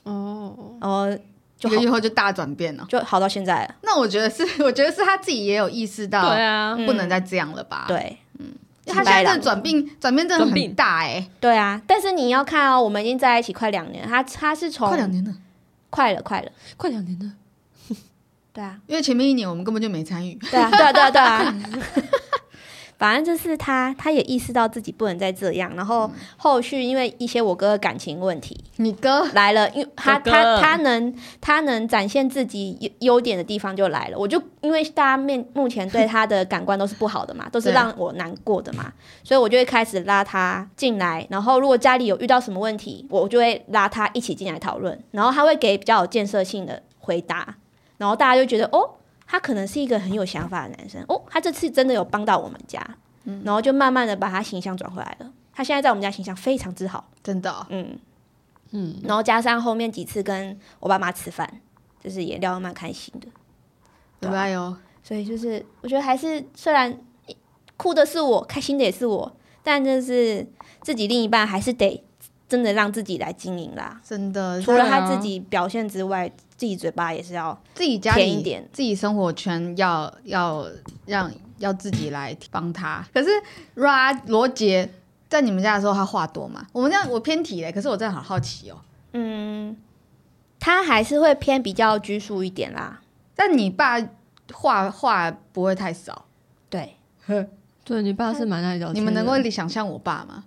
Speaker 2: 哦，
Speaker 1: 然后
Speaker 3: 一
Speaker 1: 就好
Speaker 3: 个月后就大转变了。
Speaker 1: 就好到现在了。
Speaker 3: 那我觉得是，我觉得是他自己也有意识到
Speaker 2: 对，
Speaker 1: 嗯
Speaker 2: 啊，
Speaker 3: 不能再这样了吧？，
Speaker 1: 对
Speaker 3: 因为他现在真的转变，转变真的
Speaker 2: 转变
Speaker 3: 很大哎、
Speaker 1: 对啊，但是你要看哦，我们已经在一起快两年了，他他是从
Speaker 3: 快两年了。
Speaker 1: 快了快了，
Speaker 2: 快两年了，
Speaker 1: 对啊，
Speaker 3: 因为前面一年我们根本就没参与，
Speaker 1: 对啊，对啊，对啊，对啊。反正就是他，他也意识到自己不能再这样，然后后续因为一些我哥的感情问题
Speaker 3: 你哥
Speaker 1: 来了，因为他
Speaker 2: 哥
Speaker 1: 他他能他能展现自己优优点的地方就来了，我就因为大家面目前对他的感官都是不好的 嘛，都是
Speaker 3: 对
Speaker 1: 让我难过的嘛，所以我就会开始拉他进来，然后如果家里有遇到什么问题，我就会拉他一起进来讨论，然后他会给比较有建设性的回答，然后大家就觉得哦，他可能是一个很有想法的男生哦，他这次真的有帮到我们家，
Speaker 2: 嗯
Speaker 1: 然后就慢慢的把他形象转回来了。他现在在我们家形象非常之好，
Speaker 3: 真的哦、
Speaker 1: 嗯，
Speaker 2: 嗯，
Speaker 1: 然后加上后面几次跟我爸妈吃饭，就是也聊得蛮开心的。对
Speaker 3: 有
Speaker 1: 啊
Speaker 3: 吧有，
Speaker 1: 所以就是我觉得还是虽然哭的是我，开心的也是我，但就是自己另一半还是得真的让自己来经营啦。
Speaker 3: 真的，
Speaker 1: 除了他
Speaker 4: 当然啊
Speaker 1: 自己表现之外，自己嘴巴也是要
Speaker 3: 自己家
Speaker 1: 甜一
Speaker 3: 里
Speaker 1: 点。
Speaker 3: 自己生活圈要要让要自己来帮他。可是 Ra 罗杰在你们家的时候，他话多嘛？我们这样我偏题嘞，可是我真的好好奇哦。
Speaker 1: 嗯，他还是会偏比较拘束一点啦。
Speaker 3: 但你爸话话不会太少，
Speaker 1: 对，
Speaker 2: 对你爸是蛮爱聊天的，
Speaker 3: 你们能够想象我爸吗？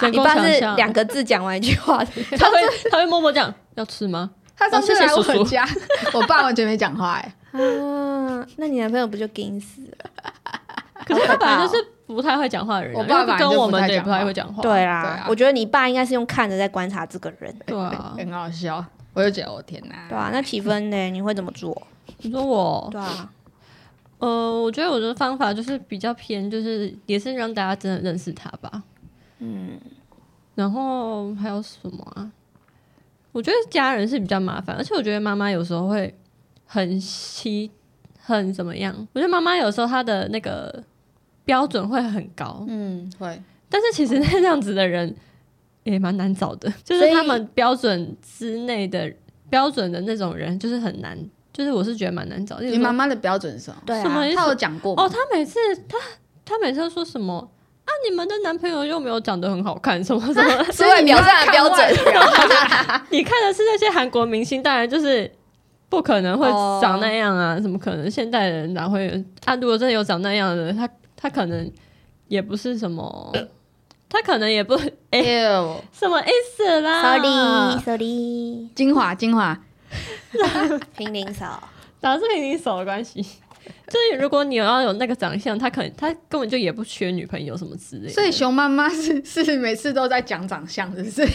Speaker 2: 能
Speaker 1: 你
Speaker 2: 够
Speaker 1: 爸
Speaker 2: 想
Speaker 1: 是
Speaker 2: 象
Speaker 1: 两个字讲完一句话的人，
Speaker 2: 他会他会默默这样要吃吗？
Speaker 3: 他上次
Speaker 2: 哦谢谢
Speaker 3: 来
Speaker 2: 叔叔
Speaker 3: 我家，我爸完全没讲话哎、
Speaker 1: 啊，那你男朋友不就盯死了？
Speaker 2: 可是他本来就是不太会讲话的人啊，
Speaker 3: 哦我爸
Speaker 2: 因为
Speaker 3: 本来
Speaker 2: 跟
Speaker 3: 就
Speaker 2: 我
Speaker 3: 不
Speaker 2: 们
Speaker 3: 太
Speaker 2: 的也
Speaker 3: 讲
Speaker 2: 不太
Speaker 3: 话
Speaker 2: 会讲话，
Speaker 1: 对啦，
Speaker 3: 对啊
Speaker 1: 我觉得你爸应该是用看着在观察这个人，
Speaker 2: 对啊。
Speaker 3: 很好笑。我就觉得我哦天哪，
Speaker 1: 对啊，那起分呢？你会怎么做？
Speaker 2: 你说我，
Speaker 1: 对啊，
Speaker 2: 呃，我觉得我的方法就是比较偏，就是也是让大家真的认识他吧。
Speaker 1: 嗯，
Speaker 2: 然后还有什么啊？我觉得家人是比较麻烦，而且我觉得妈妈有时候会很稀，很怎么样？我觉得妈妈有时候她的那个标准会很高，
Speaker 3: 嗯，会，
Speaker 2: 但是其实那样子的人 也蛮难找的， 就是他们标准之内的标准的那种人，就是很难。就是我是觉得蛮难找。例如
Speaker 3: 你
Speaker 2: 说
Speaker 3: 妈妈的标准是什么？
Speaker 1: 对
Speaker 2: 什么
Speaker 1: 啊，
Speaker 2: 意思
Speaker 3: 她有讲过吗？
Speaker 2: 哦，她每次她她每次都说什么啊？你们的男朋友又没有长得很好看，什么什么？
Speaker 1: 是外表上的标准。
Speaker 2: 你看的是那些韩国明星，当然就是不可能会长那样啊，怎么可能？现代人哪会有啊？如果真的有长那样的人，他他可能也不是什么，他可能也不
Speaker 3: 哎
Speaker 2: 哎、
Speaker 3: 呦，
Speaker 2: 什么意思啦
Speaker 1: Sorry 嗯 Sorry，
Speaker 3: 精华精华，
Speaker 1: 平林嫂，
Speaker 2: 打是平你手的关系。 就是如果你要有那个长相，他可能他根本就也不缺女朋友什么之类的，
Speaker 3: 所以熊妈妈 是是每次都在讲长相，是不是？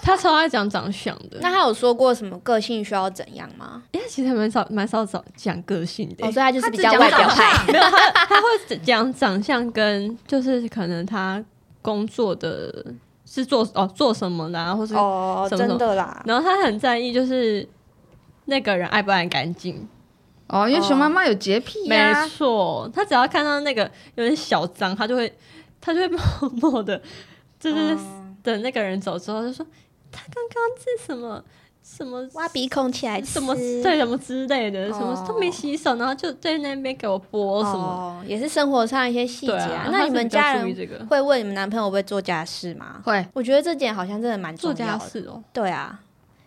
Speaker 2: 他超爱讲长相的。
Speaker 1: 那他有说过什么个性需要怎样吗？
Speaker 2: 哎、他其实还蛮少蛮少找讲个性的、
Speaker 1: 哦，所以他就是比较
Speaker 3: 他只讲
Speaker 1: 外表
Speaker 3: 长
Speaker 1: 派，
Speaker 2: 没有他，他会讲长相跟就是可能他工作的是做哦做什么的、啊，或是、
Speaker 1: 哦，
Speaker 2: 什么什么
Speaker 1: 真的啦，
Speaker 2: 然后他很在意就是那个人爱不爱干净。
Speaker 3: 哦，因为
Speaker 1: 哦
Speaker 3: 熊妈妈有洁癖呀、
Speaker 2: 没错，他只要看到那个有点小脏，他就会他就会 默默的，就是
Speaker 1: 嗯
Speaker 2: 等那个人走之后就说他刚刚是什么什么。
Speaker 1: 挖鼻孔起来吃，
Speaker 2: 什么对什么之类的，什么
Speaker 1: 哦
Speaker 2: 都没洗手，然后就在那边给我剥什么，
Speaker 1: 哦，也是生活上一些细节
Speaker 2: 对
Speaker 1: 啊
Speaker 2: 啊。。
Speaker 1: 那
Speaker 2: 他
Speaker 1: 你
Speaker 2: 是
Speaker 1: 们
Speaker 2: 比较
Speaker 1: 家
Speaker 2: 注意
Speaker 1: 人
Speaker 2: 这个
Speaker 1: 会问你们男朋友会不会做家事吗？
Speaker 3: 会
Speaker 1: 我觉得这点好像真的蛮
Speaker 2: 做
Speaker 1: 重
Speaker 2: 家
Speaker 1: 要的。
Speaker 2: 事哦，
Speaker 1: 对啊，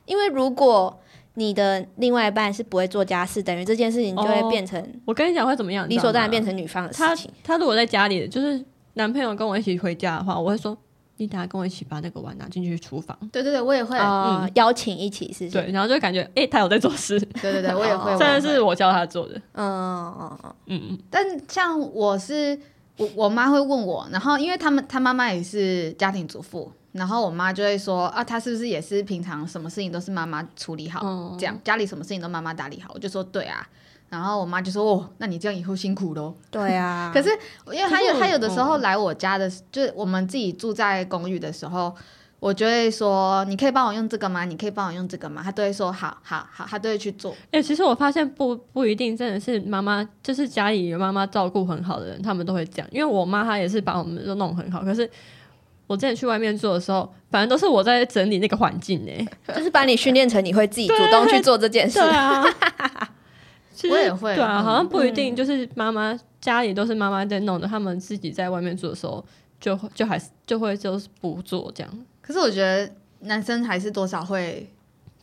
Speaker 1: 因为如果你的另外一半是不会做家事，等于这件事情就会
Speaker 2: 哦
Speaker 1: 变成
Speaker 2: 我跟你讲会怎么
Speaker 3: 哦
Speaker 2: 样？
Speaker 1: 理所当然变
Speaker 2: 成
Speaker 1: 成女方的
Speaker 2: 他
Speaker 1: 事情。
Speaker 2: 他如果在家里，就是男朋友跟我一起回家的话，我会说你等下跟我一起把那个碗拿进去厨房，
Speaker 3: 对对对，我也会，
Speaker 1: 啊，邀请一起是不是？
Speaker 2: 对，然后就感觉诶，他有在做事，
Speaker 3: 对对对，我也会。
Speaker 1: 哦
Speaker 2: 真
Speaker 3: 我也
Speaker 2: 的
Speaker 3: 会
Speaker 2: 是我教他做的，
Speaker 1: 嗯嗯嗯
Speaker 2: 嗯，
Speaker 3: 但像我是我我妈会问我，然后因为他们她妈妈也是家庭主妇，然后我妈就会说啊，她是不是也是平常什么事情都是妈妈处理好，
Speaker 2: 哦
Speaker 3: 这样家里什么事情都妈妈打理好，我就说对啊。然后我妈就说：“哦，那你这样以后辛苦喽。
Speaker 1: 对啊。
Speaker 3: 可是因为她
Speaker 2: 可是
Speaker 3: 有
Speaker 2: 我
Speaker 3: 她有的时候来我家的，就是我们自己住在公寓的时候，我就会说：“你可以帮我用这个吗？你可以帮我用这个吗？”她都会说：“好好好。”她都会去做。
Speaker 2: 哎、其实我发现不不一定真的是妈妈，就是家里有妈妈照顾很好的人，他们都会这样。因为我妈她也是把我们都弄很好，可是我之前去外面做的时候，反正都是我在整理那个环境哎、
Speaker 1: 就是把你训练成你会自己主动去做这 件事
Speaker 2: 对。 啊，其实
Speaker 3: 哎我也会
Speaker 2: 对啊，
Speaker 3: 嗯
Speaker 2: 好像不一定，就是妈妈家里都是妈妈在弄的，他们自己在外面做的时候，就会就还是就会就是不做这样，
Speaker 3: 可是我觉得男生还是多少会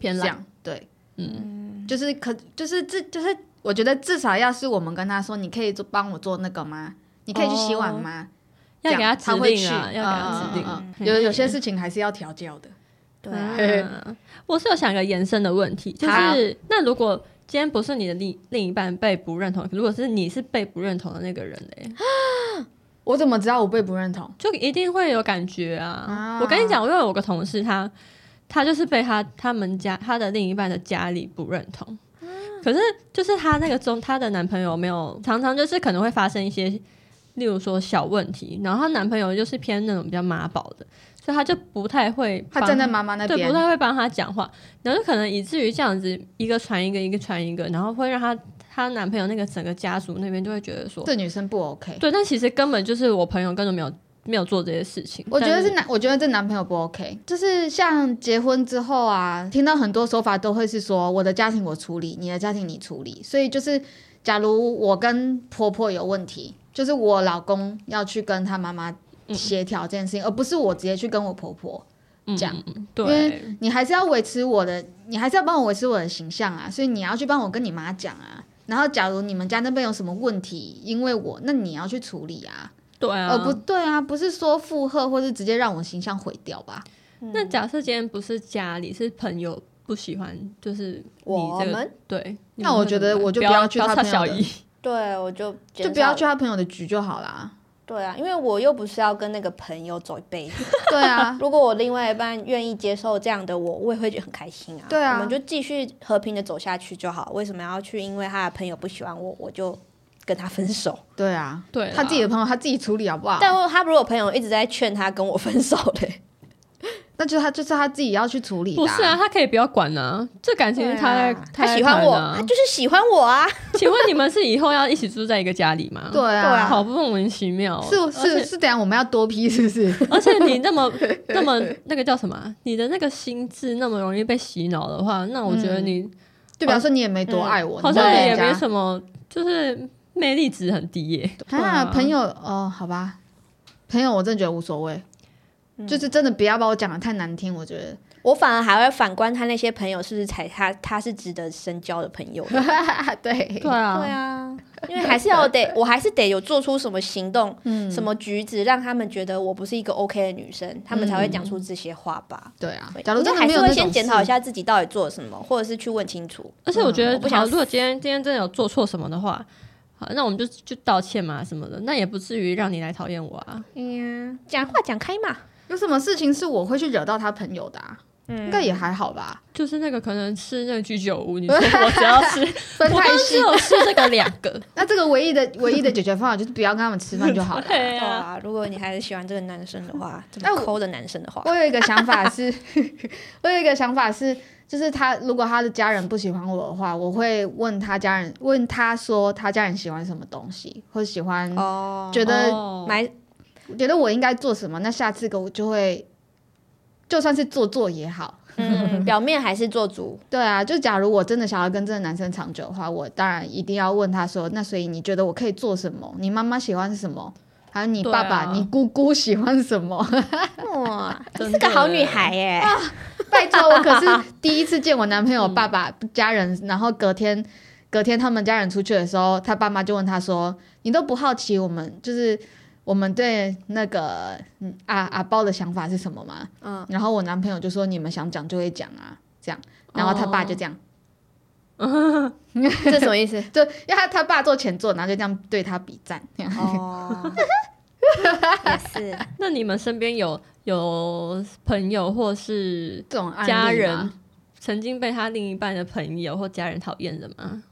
Speaker 2: 偏
Speaker 3: 这
Speaker 2: 懒。
Speaker 3: 样，对，
Speaker 2: 嗯，
Speaker 3: 就是可就是至就是我觉得至少要是我们跟他说，你可以做帮我做那个吗？你可以去洗碗吗？
Speaker 2: 哦要
Speaker 3: 这
Speaker 2: 给
Speaker 3: 样
Speaker 2: 他指
Speaker 3: 会去
Speaker 2: 令啊，要给他指令。
Speaker 3: 嗯嗯嗯
Speaker 2: 嘿
Speaker 3: 嗯有有些事情还是要调教的。
Speaker 1: 对啊，
Speaker 3: 嗯
Speaker 2: 啊，我是有想一个延伸的问题，就
Speaker 3: 好
Speaker 2: 是那如果今天不是你的另另一半被不认同，如果是你是被不认同的那个人嘞，
Speaker 3: 我怎么知道我被不认同？
Speaker 2: 就一定会有感觉啊！
Speaker 3: 啊
Speaker 2: 我跟你讲，我有个同事他，他就是被他他们家他的另一半的家里不认同，
Speaker 3: 啊
Speaker 2: 可是就是他那个中她的男朋友没有，常常就是可能会发生一些。例如说小问题，然后她男朋友就是偏那种比较妈宝的，所以她就不太会
Speaker 3: 他
Speaker 2: 帮
Speaker 3: 站在妈妈那
Speaker 2: 对，
Speaker 3: 边
Speaker 2: 不，太会帮她讲话，然后就可能以至于这样子一个传一个，一个传一个，然后会让她她男朋友那个整个家族那边就会觉得说，
Speaker 3: 这女生不 OK。
Speaker 2: 对，但其实根本就是我朋友根本没有没有做这些事情，
Speaker 3: 我觉得
Speaker 2: 但
Speaker 3: 是男，我觉得这男朋友不 OK。就是像结婚之后啊，听到很多说法都会是说我的家庭我处理，你的家庭你处理。所以就是，假如我跟婆婆有问题，就是我老公要去跟他妈妈协调这件事情，而不是我直接去跟我婆婆。这样
Speaker 2: 嗯
Speaker 3: 因
Speaker 2: 对
Speaker 3: 为。你还是要维持我的，你还是要帮我维持我的形象啊，所以你要去帮我跟你妈讲啊。然后，假如你们家那边有什么问题，因为我，那你要去处理啊。
Speaker 2: 对啊，
Speaker 3: 呃，不对啊，不是说附和或是直接让我形象毁掉吧？
Speaker 2: 那假设今天不是家里，是朋友不喜欢，就是你
Speaker 1: 我
Speaker 2: 这个
Speaker 1: 们
Speaker 2: 对，
Speaker 3: 那
Speaker 2: 你们
Speaker 3: 我
Speaker 2: 会
Speaker 3: 觉
Speaker 2: 怎么
Speaker 3: 得
Speaker 2: 办
Speaker 3: 我就
Speaker 2: 不
Speaker 3: 不
Speaker 2: 要
Speaker 3: 要去
Speaker 2: 不
Speaker 3: 他
Speaker 2: 插
Speaker 3: 朋友
Speaker 2: 小
Speaker 3: 的
Speaker 2: 姨，
Speaker 1: 对我就
Speaker 3: 就不要去。他朋友的局就好啦。
Speaker 1: 对啊，因为我又不是要跟那个朋友走一辈子。
Speaker 3: 对啊，
Speaker 1: 如果我另外一半愿意接受这样的我，我也会觉得很开心啊。
Speaker 3: 对啊
Speaker 1: 我们就继续和平的走下去就好。为什么要去因为他的朋友不喜欢我，我就跟他分手？
Speaker 3: 对啊，
Speaker 2: 对啦
Speaker 3: 他自己的朋友他自己处理好不好？
Speaker 1: 但他如果朋友一直在劝他跟我分手 嘞，
Speaker 3: 那就是他就是他自己要去处理的、
Speaker 2: 不是啊，，他可以不要管啊，这感情是他在、
Speaker 3: 对啊
Speaker 1: 他
Speaker 2: 在
Speaker 1: 喜欢
Speaker 2: 谈
Speaker 1: 我，
Speaker 2: 啊
Speaker 1: 他就是喜欢我啊。
Speaker 2: 请问你们是以后要一起住在一个家里吗？
Speaker 3: 对啊，
Speaker 1: 对啊
Speaker 2: 好莫名其妙哦。
Speaker 3: 是是是，等一下我们要多批是不是？
Speaker 2: 而且你那么那么那个叫什么啊？你的那个心智那么容易被洗脑的话，那我觉得你
Speaker 3: 就表示你也没多爱我，
Speaker 2: 好
Speaker 3: 你都
Speaker 2: 像
Speaker 3: 被
Speaker 2: 也
Speaker 3: 人家
Speaker 2: 没什么，就是魅力值很低耶。
Speaker 3: 啊，朋友哦，好吧，朋友我真的觉得无所谓，就是真的不要把我讲的太难听，我觉得
Speaker 1: 我反而还会反观他那些朋友是不是才他他是值得深交的朋友的。
Speaker 3: 对
Speaker 2: 对啊，
Speaker 1: 对啊，因为还是要 得，我还是得有做出什么行动，
Speaker 3: 嗯
Speaker 1: 什么举止，让他们觉得我不是一个 OK 的女生，他们才会讲出这些话吧。
Speaker 3: 对啊
Speaker 1: 对。
Speaker 3: 假如真
Speaker 1: 应该
Speaker 3: 的
Speaker 1: 还
Speaker 3: 没
Speaker 1: 是
Speaker 3: 有
Speaker 1: 会
Speaker 3: 那
Speaker 1: 先
Speaker 3: 种
Speaker 1: 检讨一
Speaker 3: 事，
Speaker 1: 下自己到底做了什么，或者是去问清楚。
Speaker 2: 而且我觉得，
Speaker 1: 我不
Speaker 2: 不
Speaker 1: 想
Speaker 2: 想如果今天今天真的有做错什么的话，好，那我们就就道歉嘛什么的，那也不至于让你来讨厌我啊。
Speaker 3: 哎
Speaker 1: 嗯，讲话讲开嘛。
Speaker 3: 有什么事情是我会去惹到他朋友的、啊？
Speaker 1: 嗯
Speaker 3: 应该也还好吧，
Speaker 2: 就是那个可能吃那个居酒屋，你说我只要吃，我
Speaker 3: 分
Speaker 2: 刚
Speaker 3: 太
Speaker 2: 刚只
Speaker 3: 细。
Speaker 2: 有吃这个两个，
Speaker 3: 那这个唯一的 唯一的解决方法就是不要跟他们吃饭就 好了。
Speaker 2: 对
Speaker 1: 对
Speaker 2: 啊，
Speaker 1: 啊，如果你还是喜欢这个男生的话，这
Speaker 3: 哎
Speaker 1: 么
Speaker 3: 我
Speaker 1: 抠的男生的话，
Speaker 3: 我有一个想法 是， 我有一个想法是，就是他如果他的家人不喜欢我的话，我会问他家人，问他说他家人喜欢什么东西，或喜欢、
Speaker 1: 哦，
Speaker 3: 觉得、
Speaker 2: 哦
Speaker 1: 买
Speaker 3: 觉得我应该做什么，那下次给我就会，就算是做做也好。
Speaker 1: 嗯，表面还是做足，
Speaker 3: 对啊，就假如我真的想要跟这个男生长久的话，我当然一定要问他说，那所以你觉得我可以做什么？你妈妈喜欢什么？还有你
Speaker 2: 对
Speaker 3: 爸爸、
Speaker 2: 啊
Speaker 3: 你姑姑喜欢什么？
Speaker 1: 哇，你
Speaker 2: 真
Speaker 1: 是个
Speaker 2: 的
Speaker 1: 好女孩耶。
Speaker 3: 拜托，我可是第一次见我男朋友爸爸家人，然后隔天隔天他们家人出去的时候，他爸妈就问他说：“你都不好奇我们就是我们对那个嗯阿阿包的想法是什么吗？”
Speaker 1: 嗯，
Speaker 3: 然后我男朋友就说：“你们想讲就会讲啊，
Speaker 2: 哦
Speaker 3: 这样。”然后他爸就这样，
Speaker 1: 这什么意思？
Speaker 3: 就因为他他爸坐前座，然后就这样对他比赞，这样
Speaker 1: 哦， 也是，
Speaker 2: 那你们身边有有朋友或是
Speaker 3: 这种案例吗
Speaker 2: 家人曾经被他另一半的朋友或家人讨厌的吗？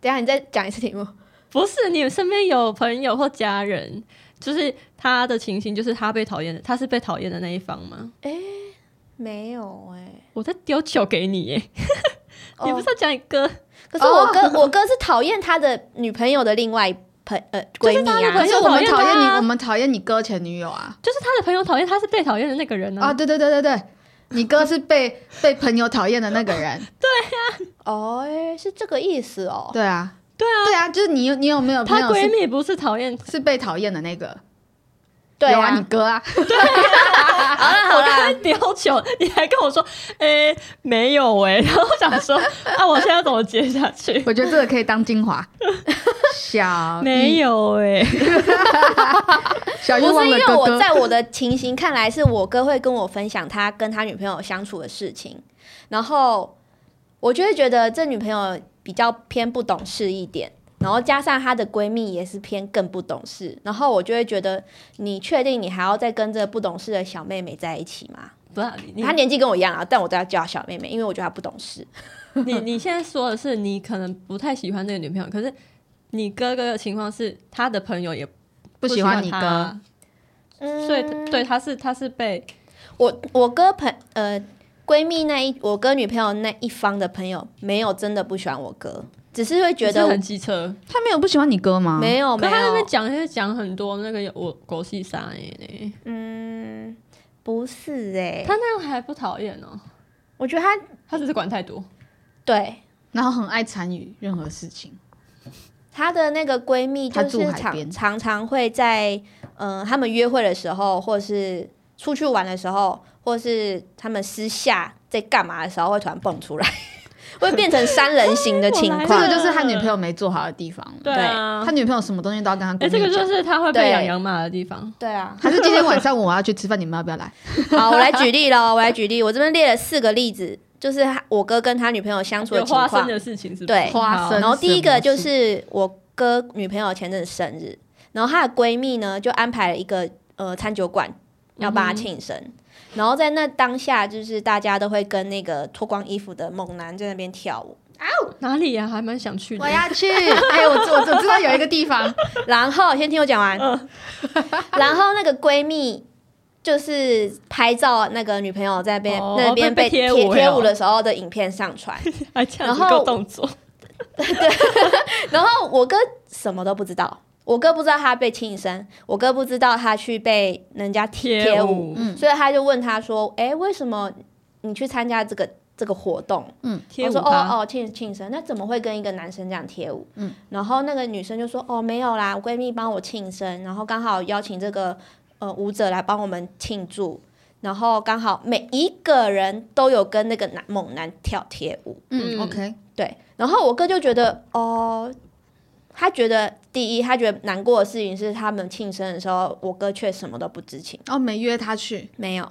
Speaker 1: 等一下你再讲一次题目。
Speaker 2: 不是，你身边有朋友或家人，就是他的情形，就是他被讨厌的，他是被讨厌的那一方吗？
Speaker 1: 没有哎、
Speaker 2: 我在丢球给你耶，
Speaker 1: 哦
Speaker 2: 你不是要讲你哥？
Speaker 1: 可是我哥，我哥是讨厌他的女朋友的另外一朋呃闺蜜
Speaker 3: 可
Speaker 1: 啊，
Speaker 3: 哎是我们讨厌
Speaker 2: 讨
Speaker 3: 你
Speaker 2: 厌他，
Speaker 3: 我们讨厌你哥前女友啊！
Speaker 2: 就是他的朋友讨厌他是被讨厌的那个人
Speaker 3: 啊，
Speaker 2: 啊。
Speaker 3: 对对对对对，你哥是被被朋友讨厌的那个 人。
Speaker 1: 哦、哎是这个意思哦。
Speaker 3: 对啊，
Speaker 2: 对
Speaker 3: 啊， 对啊，就是你有你有没有朋
Speaker 2: 她
Speaker 3: 友
Speaker 2: 闺
Speaker 3: 是
Speaker 2: 蜜不是讨厌，
Speaker 3: 是被讨厌的那个？
Speaker 1: 对
Speaker 3: 有啊，
Speaker 1: 啊，
Speaker 3: 你哥啊，
Speaker 1: 好了好
Speaker 2: 我刚
Speaker 1: 了，
Speaker 2: 才丢球，你还跟我说，诶、没有诶、然后我想说，啊，我现在怎么接下去？
Speaker 3: 我觉得这个可以当精华。 小
Speaker 2: 没
Speaker 3: 有
Speaker 2: 有欸诶、
Speaker 3: 小
Speaker 1: 不
Speaker 3: 欲望
Speaker 1: 是因为
Speaker 3: 的哥
Speaker 1: 我
Speaker 3: 哥，
Speaker 1: 在我的情形看来，是我哥会跟我分享他跟他女朋友相处的事情，然后我就会觉得这女朋友比较偏不懂事一点。然后加上她的闺蜜也是偏更不懂事，然后我就会觉得，你确定你还要再跟这个不懂事的小妹妹在一起吗？
Speaker 2: 不是你
Speaker 1: 她年纪跟我一样啊，但我都要叫她小妹妹，因为我觉得她不懂事。
Speaker 2: 你你现在说的是你可能不太喜欢那个女朋友，可是你哥哥的情况是，他的朋友也
Speaker 3: 不喜欢你哥，
Speaker 2: 他，
Speaker 1: 嗯
Speaker 2: 所以对他是他是被
Speaker 1: 我我哥朋呃闺蜜那一我哥女朋友那一方的朋友没有真的不喜欢我哥，只是会觉
Speaker 2: 是
Speaker 1: 得
Speaker 2: 很机车，
Speaker 3: 他没有不喜欢你哥吗？
Speaker 1: 没有
Speaker 2: 可
Speaker 1: 没
Speaker 2: 他那
Speaker 1: 有
Speaker 2: 边，讲就是讲很多那个有我狗屁啥耶呢，
Speaker 1: 嗯，不是哎、
Speaker 2: 他那样还不讨厌哦，
Speaker 1: 我觉得他
Speaker 2: 他只是管太多，
Speaker 1: 对
Speaker 3: 然后很爱参与任何事情，
Speaker 1: 她的那个闺蜜
Speaker 3: 她
Speaker 1: 就
Speaker 3: 住
Speaker 1: 是
Speaker 3: 海边
Speaker 1: 常常常会在嗯、呃，他们约会的时候，或是出去玩的时候，或是他们私下在干嘛的时候，会突然蹦出来， 会变成三人行的情
Speaker 2: 我来
Speaker 3: 这
Speaker 1: 况
Speaker 3: 个
Speaker 2: 了。
Speaker 3: 就是他女朋友没做好的地方。
Speaker 2: 对啊
Speaker 3: 他，女朋友什么东西都要跟他闺
Speaker 2: 哎，
Speaker 3: 蜜
Speaker 2: 这
Speaker 3: 讲。
Speaker 2: 个就是他会被
Speaker 1: 对
Speaker 2: 养养马的地方，
Speaker 1: 对啊，
Speaker 3: 还是今天晚上我要去吃饭，你们要不要来？
Speaker 1: 好，我来举例喽， 我来举例，我这边列了四个例子，就是他我哥跟他女朋友相处的
Speaker 2: 有
Speaker 1: 情
Speaker 2: 花
Speaker 1: 况
Speaker 2: 生。的事情是不是
Speaker 1: 对
Speaker 3: 花哦生
Speaker 1: 然后第一
Speaker 3: 什么
Speaker 1: 个就
Speaker 3: 事
Speaker 1: 是我哥女朋友前阵子生日，然后她的闺蜜呢就安排了一个呃餐酒馆要帮她庆生，
Speaker 2: 嗯
Speaker 1: 然后在那当下就是大家都会跟那个脱光衣服的猛男在那边跳舞，
Speaker 2: 好哪里呀，还蛮想去的
Speaker 3: 我。要去。哎，我我我知道有一个地方，
Speaker 1: 然后先听我讲完，
Speaker 2: 嗯
Speaker 1: 然后那个闺蜜。就是拍照那个女朋友在边、
Speaker 2: 哦
Speaker 1: 那边
Speaker 2: 被被
Speaker 1: 贴
Speaker 2: 贴舞哦
Speaker 1: 贴
Speaker 2: 了
Speaker 1: 舞的时候的影片上传，
Speaker 2: 还这样子
Speaker 1: 然后
Speaker 2: 够动作，
Speaker 1: 然后我哥什么都不知道，我哥不知道他被庆生，我哥不知道他去被人家贴
Speaker 2: 贴
Speaker 1: 舞，嗯
Speaker 2: 舞
Speaker 1: 所以他就问他说：“哎，为什么你去参加这个这个活动？”
Speaker 2: 贴
Speaker 1: 我
Speaker 2: 舞
Speaker 1: 说：“
Speaker 2: 吧。
Speaker 1: 哦哦，庆庆生，那怎么会跟一个男生这样贴舞？”嗯，然后那个女生就说：“哦，没有啦，我闺蜜帮我庆生，然后刚好邀请这个呃舞者来帮我们庆祝。”然后刚好每一个人都有跟那个男猛男跳贴舞，
Speaker 3: 嗯
Speaker 2: 嗯
Speaker 3: ，OK，
Speaker 1: 对，然后我哥就觉得，哦，他觉得第一，他觉得难过的事情是他们庆生的时候，我哥却什么都不知情，
Speaker 3: 哦，没约他去，
Speaker 1: 没有。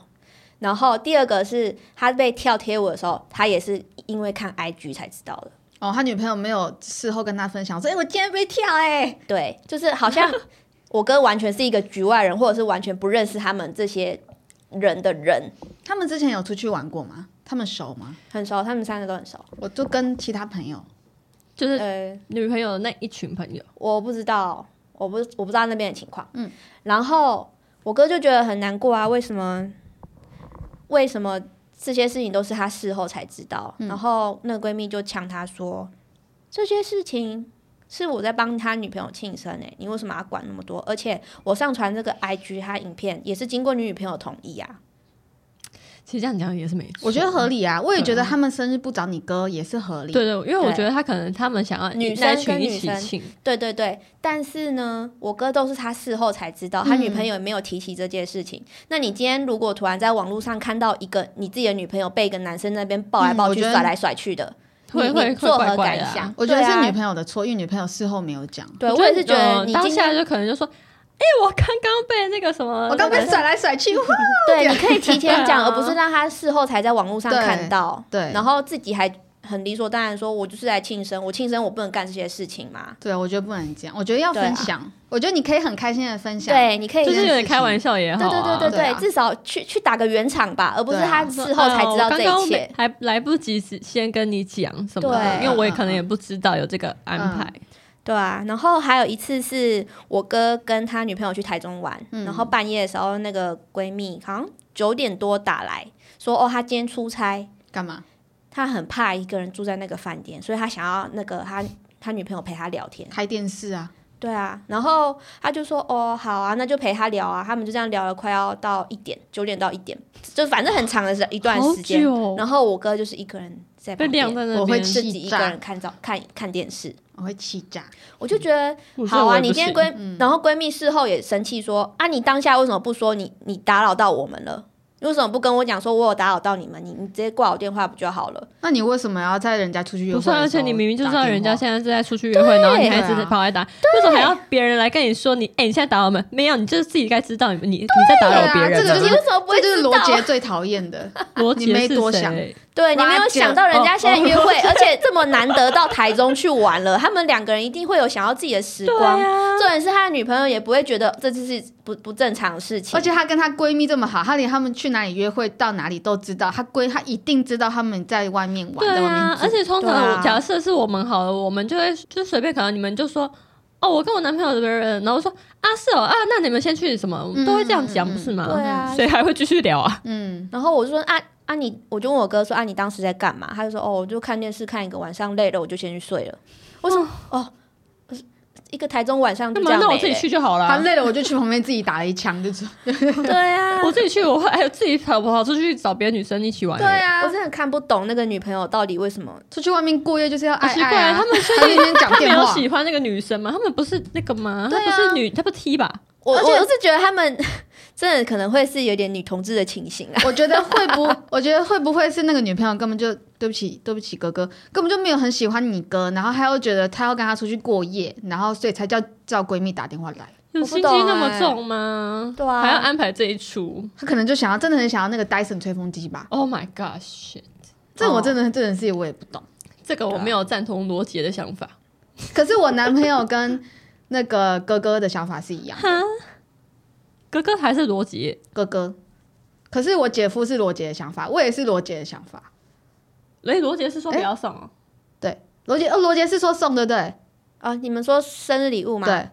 Speaker 1: 然后第二个是他被跳贴舞的时候，他也是因为看 IG 才知道的。
Speaker 3: 哦，他女朋友没有事后跟他分享，说，哎，我今天被跳，哎，
Speaker 1: 对，就是好像我哥完全是一个局外人，或者是完全不认识他们这些人的人，
Speaker 3: 他们之前有出去玩过吗？他们熟吗？
Speaker 1: 很熟，他们三个都很熟。
Speaker 3: 我就跟其他朋友，
Speaker 2: 就是
Speaker 1: 呃，
Speaker 2: 女朋友的那一群朋友，
Speaker 1: 我不知道，我不我不知道那边的情况。嗯，然后我哥就觉得很难过啊，为什么？为什么这些事情都是他事后才知道？然后那个闺蜜就呛他说：“这些事情是我在帮他女朋友庆生诶、欸你为什么要管那么多？而且我上传这个 IG 他影片也是经过你女朋友同意啊。
Speaker 2: 其实这样讲也是没错。
Speaker 3: 我觉得合理啊，我也觉得他们生日不找你哥也是合理。
Speaker 2: 对对，因为我
Speaker 1: 对
Speaker 2: 觉得他可能他们想要
Speaker 1: 女
Speaker 2: 那
Speaker 1: 生
Speaker 2: 群
Speaker 1: 跟
Speaker 2: 一
Speaker 1: 女
Speaker 2: 起
Speaker 1: 生
Speaker 2: 请，
Speaker 1: 对对对，但是呢，我哥都是他事后才知道，他女朋友也没有提起这件事情。那你今天如果突然在网络上看到一个你自己的女朋友被一个男生那边抱来抱去、
Speaker 3: 嗯我觉得
Speaker 1: 甩来甩去的，你
Speaker 2: 会会
Speaker 1: 你
Speaker 2: 会
Speaker 1: 作
Speaker 2: 怪
Speaker 1: 何
Speaker 2: 怪
Speaker 1: 感
Speaker 2: 的啊、
Speaker 1: 想？
Speaker 3: 我觉得
Speaker 1: 对啊
Speaker 3: 是女朋友的错，因为女朋友事后没有讲。
Speaker 1: 对我也是觉得
Speaker 2: 嗯
Speaker 1: 你
Speaker 2: 当
Speaker 1: 今
Speaker 2: 下
Speaker 1: 天
Speaker 2: 就可能就说，哎、我刚刚被那个什么，
Speaker 3: 我刚被甩来甩去，哇
Speaker 1: 对，你可以提前
Speaker 2: 对啊
Speaker 1: 讲，而不是让他事后才在网络上
Speaker 3: 对
Speaker 1: 看到，
Speaker 3: 对
Speaker 1: 然后自己还很理所当然说，我就是来庆生，我庆生我不能干这些事情嘛。
Speaker 3: 对，我觉得不能这样，我觉得要分享，我觉得你可以很开心的分享。
Speaker 1: 对，你可以
Speaker 2: 就是有
Speaker 3: 这件
Speaker 2: 点
Speaker 3: 事
Speaker 2: 开
Speaker 3: 情
Speaker 2: 玩笑也好、
Speaker 1: 对对
Speaker 2: 啊，
Speaker 1: 对对
Speaker 3: 对啊
Speaker 1: 对，至少去去打个圆场吧，而不是
Speaker 3: 对啊
Speaker 1: 他事后才知道
Speaker 2: 哎呦
Speaker 1: 这
Speaker 2: 我刚
Speaker 1: 一
Speaker 2: 刚
Speaker 1: 切
Speaker 2: 没。还来不及先跟你讲什么的，
Speaker 1: 对嗯
Speaker 2: 因为我也可能也不知道有这个安排。
Speaker 3: 嗯
Speaker 1: 对啊，然后还有一次是我哥跟他女朋友去台中玩，然后半夜的时候，那个闺蜜好像九点多打来说，哦，她今天出差，
Speaker 3: 干嘛？
Speaker 1: 她很怕一个人住在那个饭店，所以她想要那个她她女朋友陪她聊天。
Speaker 3: 开电视啊？
Speaker 1: 对啊，然后他就说，哦，好啊，那就陪她聊啊。他们就这样聊了快要到一点，九点到一点，就反正很长的时一段时间。
Speaker 2: 好久哦
Speaker 1: 然后我哥就是一个人在
Speaker 2: 被
Speaker 1: 旁
Speaker 2: 晾
Speaker 1: 边，
Speaker 2: 在那边，
Speaker 3: 我会
Speaker 1: 自己一
Speaker 3: 气
Speaker 1: 个
Speaker 3: 炸
Speaker 1: 人看照看看电视，
Speaker 3: 我会气炸。
Speaker 1: 我就觉得。
Speaker 2: 我觉得
Speaker 1: 好
Speaker 2: 我
Speaker 1: 啊，
Speaker 2: 也不
Speaker 1: 你今天
Speaker 2: 行嗯
Speaker 1: 闺，然后闺蜜事后也生气说啊，你当下为什么不说你你打扰到我们了？你为什么不跟我讲说我有打扰到你们？你你直接挂我电话不就好了？
Speaker 3: 那你为什么要在人家出去约会的
Speaker 2: 不是
Speaker 3: 时候打
Speaker 2: 啊，
Speaker 3: 电话？
Speaker 2: 而且你明明就知道人家现在正在出去约会，然后你还一直
Speaker 3: 对啊
Speaker 2: 跑来打，为什么还要别人来跟你说你？哎、你现在打扰我们？没有，你就是自己该知道你你你在打扰别人
Speaker 3: 对啊这个
Speaker 2: 的。
Speaker 1: 你
Speaker 3: 就
Speaker 1: 为
Speaker 3: 是
Speaker 1: 什么不
Speaker 3: 这
Speaker 1: 会
Speaker 3: 就是
Speaker 1: 知道
Speaker 3: 罗杰最讨厌的。
Speaker 2: 罗
Speaker 3: 你
Speaker 2: 杰
Speaker 3: 没
Speaker 2: 是
Speaker 3: 多
Speaker 2: 谁
Speaker 3: 想
Speaker 1: 对你没有
Speaker 3: Roger
Speaker 1: 想到人
Speaker 2: 哦
Speaker 1: 家 现在约会，而且这么难得到台中去玩了，他们两个人一定会有想要自己的时
Speaker 2: 对
Speaker 1: 光。
Speaker 2: 啊，
Speaker 1: 重点是他的女朋友也不会觉得这就是不不正常的事情，
Speaker 3: 而且她跟她闺蜜这么好，她连她们去哪里约会到哪里都知道。她闺她一定知道她们在外面玩，
Speaker 2: 对
Speaker 3: 在外
Speaker 2: 啊
Speaker 3: 面，
Speaker 2: 而且通
Speaker 1: 对
Speaker 2: 常
Speaker 1: 啊
Speaker 2: 我假设是我们好了，我们就会就随便可能你们就说哦，我跟我男朋友的人，然后我说啊是哦啊，那你们先去什么，我们都会这样讲
Speaker 3: 嗯嗯嗯
Speaker 2: 不是吗？
Speaker 1: 对啊
Speaker 2: 谁还会继续聊啊？
Speaker 3: 嗯，
Speaker 1: 然后我就说啊啊你，我就问我哥说啊你当时在干嘛？他就说哦我就看电视看一个晚上累了我就先去睡了。我说哦，一个台中晚上
Speaker 2: 那
Speaker 1: 就这
Speaker 2: 么
Speaker 1: 样
Speaker 2: 那我
Speaker 1: 没
Speaker 2: 自己
Speaker 1: 了
Speaker 2: 去就好
Speaker 3: 他
Speaker 2: 了。啊
Speaker 3: 累了我就去旁边自己打了一枪，就走。
Speaker 1: 对 啊，
Speaker 2: 我自己去，我会哎自己跑跑出去找别的女生一起玩。欸
Speaker 3: 对啊
Speaker 1: 我，真的看不懂那个女朋友到底为什么
Speaker 3: 出去外面过夜就是要爱
Speaker 2: 奇怪
Speaker 3: 爱啊。
Speaker 2: 他们
Speaker 3: 还在那边讲
Speaker 2: 他没
Speaker 3: 电
Speaker 2: 有
Speaker 3: 话，
Speaker 2: 喜欢那个女生吗？他们不是那个吗？
Speaker 3: 对
Speaker 2: 他
Speaker 3: 啊
Speaker 2: 不是女，他不 T 吧？
Speaker 1: 我
Speaker 3: 而且
Speaker 1: 我是觉得他们 真的可能会是有点女同志的情形啊。
Speaker 3: 我觉得会不，我觉得会不会是那个女朋友根本就对不起，对不起哥哥，根本就没有很喜欢你哥，然后她又觉得她要跟他出去过夜，然后所以才叫叫闺蜜打电话来，
Speaker 1: 我
Speaker 2: 有
Speaker 1: 不
Speaker 2: 心机
Speaker 1: 懂
Speaker 2: 那么
Speaker 1: 哎
Speaker 2: 重吗？
Speaker 1: 对啊
Speaker 2: 还要安排这一出
Speaker 3: 她可能就想要真的很想要那个 Dyson 吹风机吧，
Speaker 2: ？Oh my gosh！
Speaker 3: 这我真的、这件事情我也不懂。
Speaker 2: 这个我
Speaker 1: 啊
Speaker 2: 没有赞同罗杰的想法。
Speaker 3: 可是我男朋友跟那个哥哥的想法是一样，
Speaker 2: 哥哥还是罗杰，
Speaker 3: 哥哥，可是我姐夫是罗杰的想法，我也是罗杰的想法，
Speaker 2: 雷罗杰是说不要送哦。
Speaker 3: 对，罗杰哦，罗杰是说送对不对？
Speaker 1: 啊，你们说生日礼物吗？
Speaker 3: 对，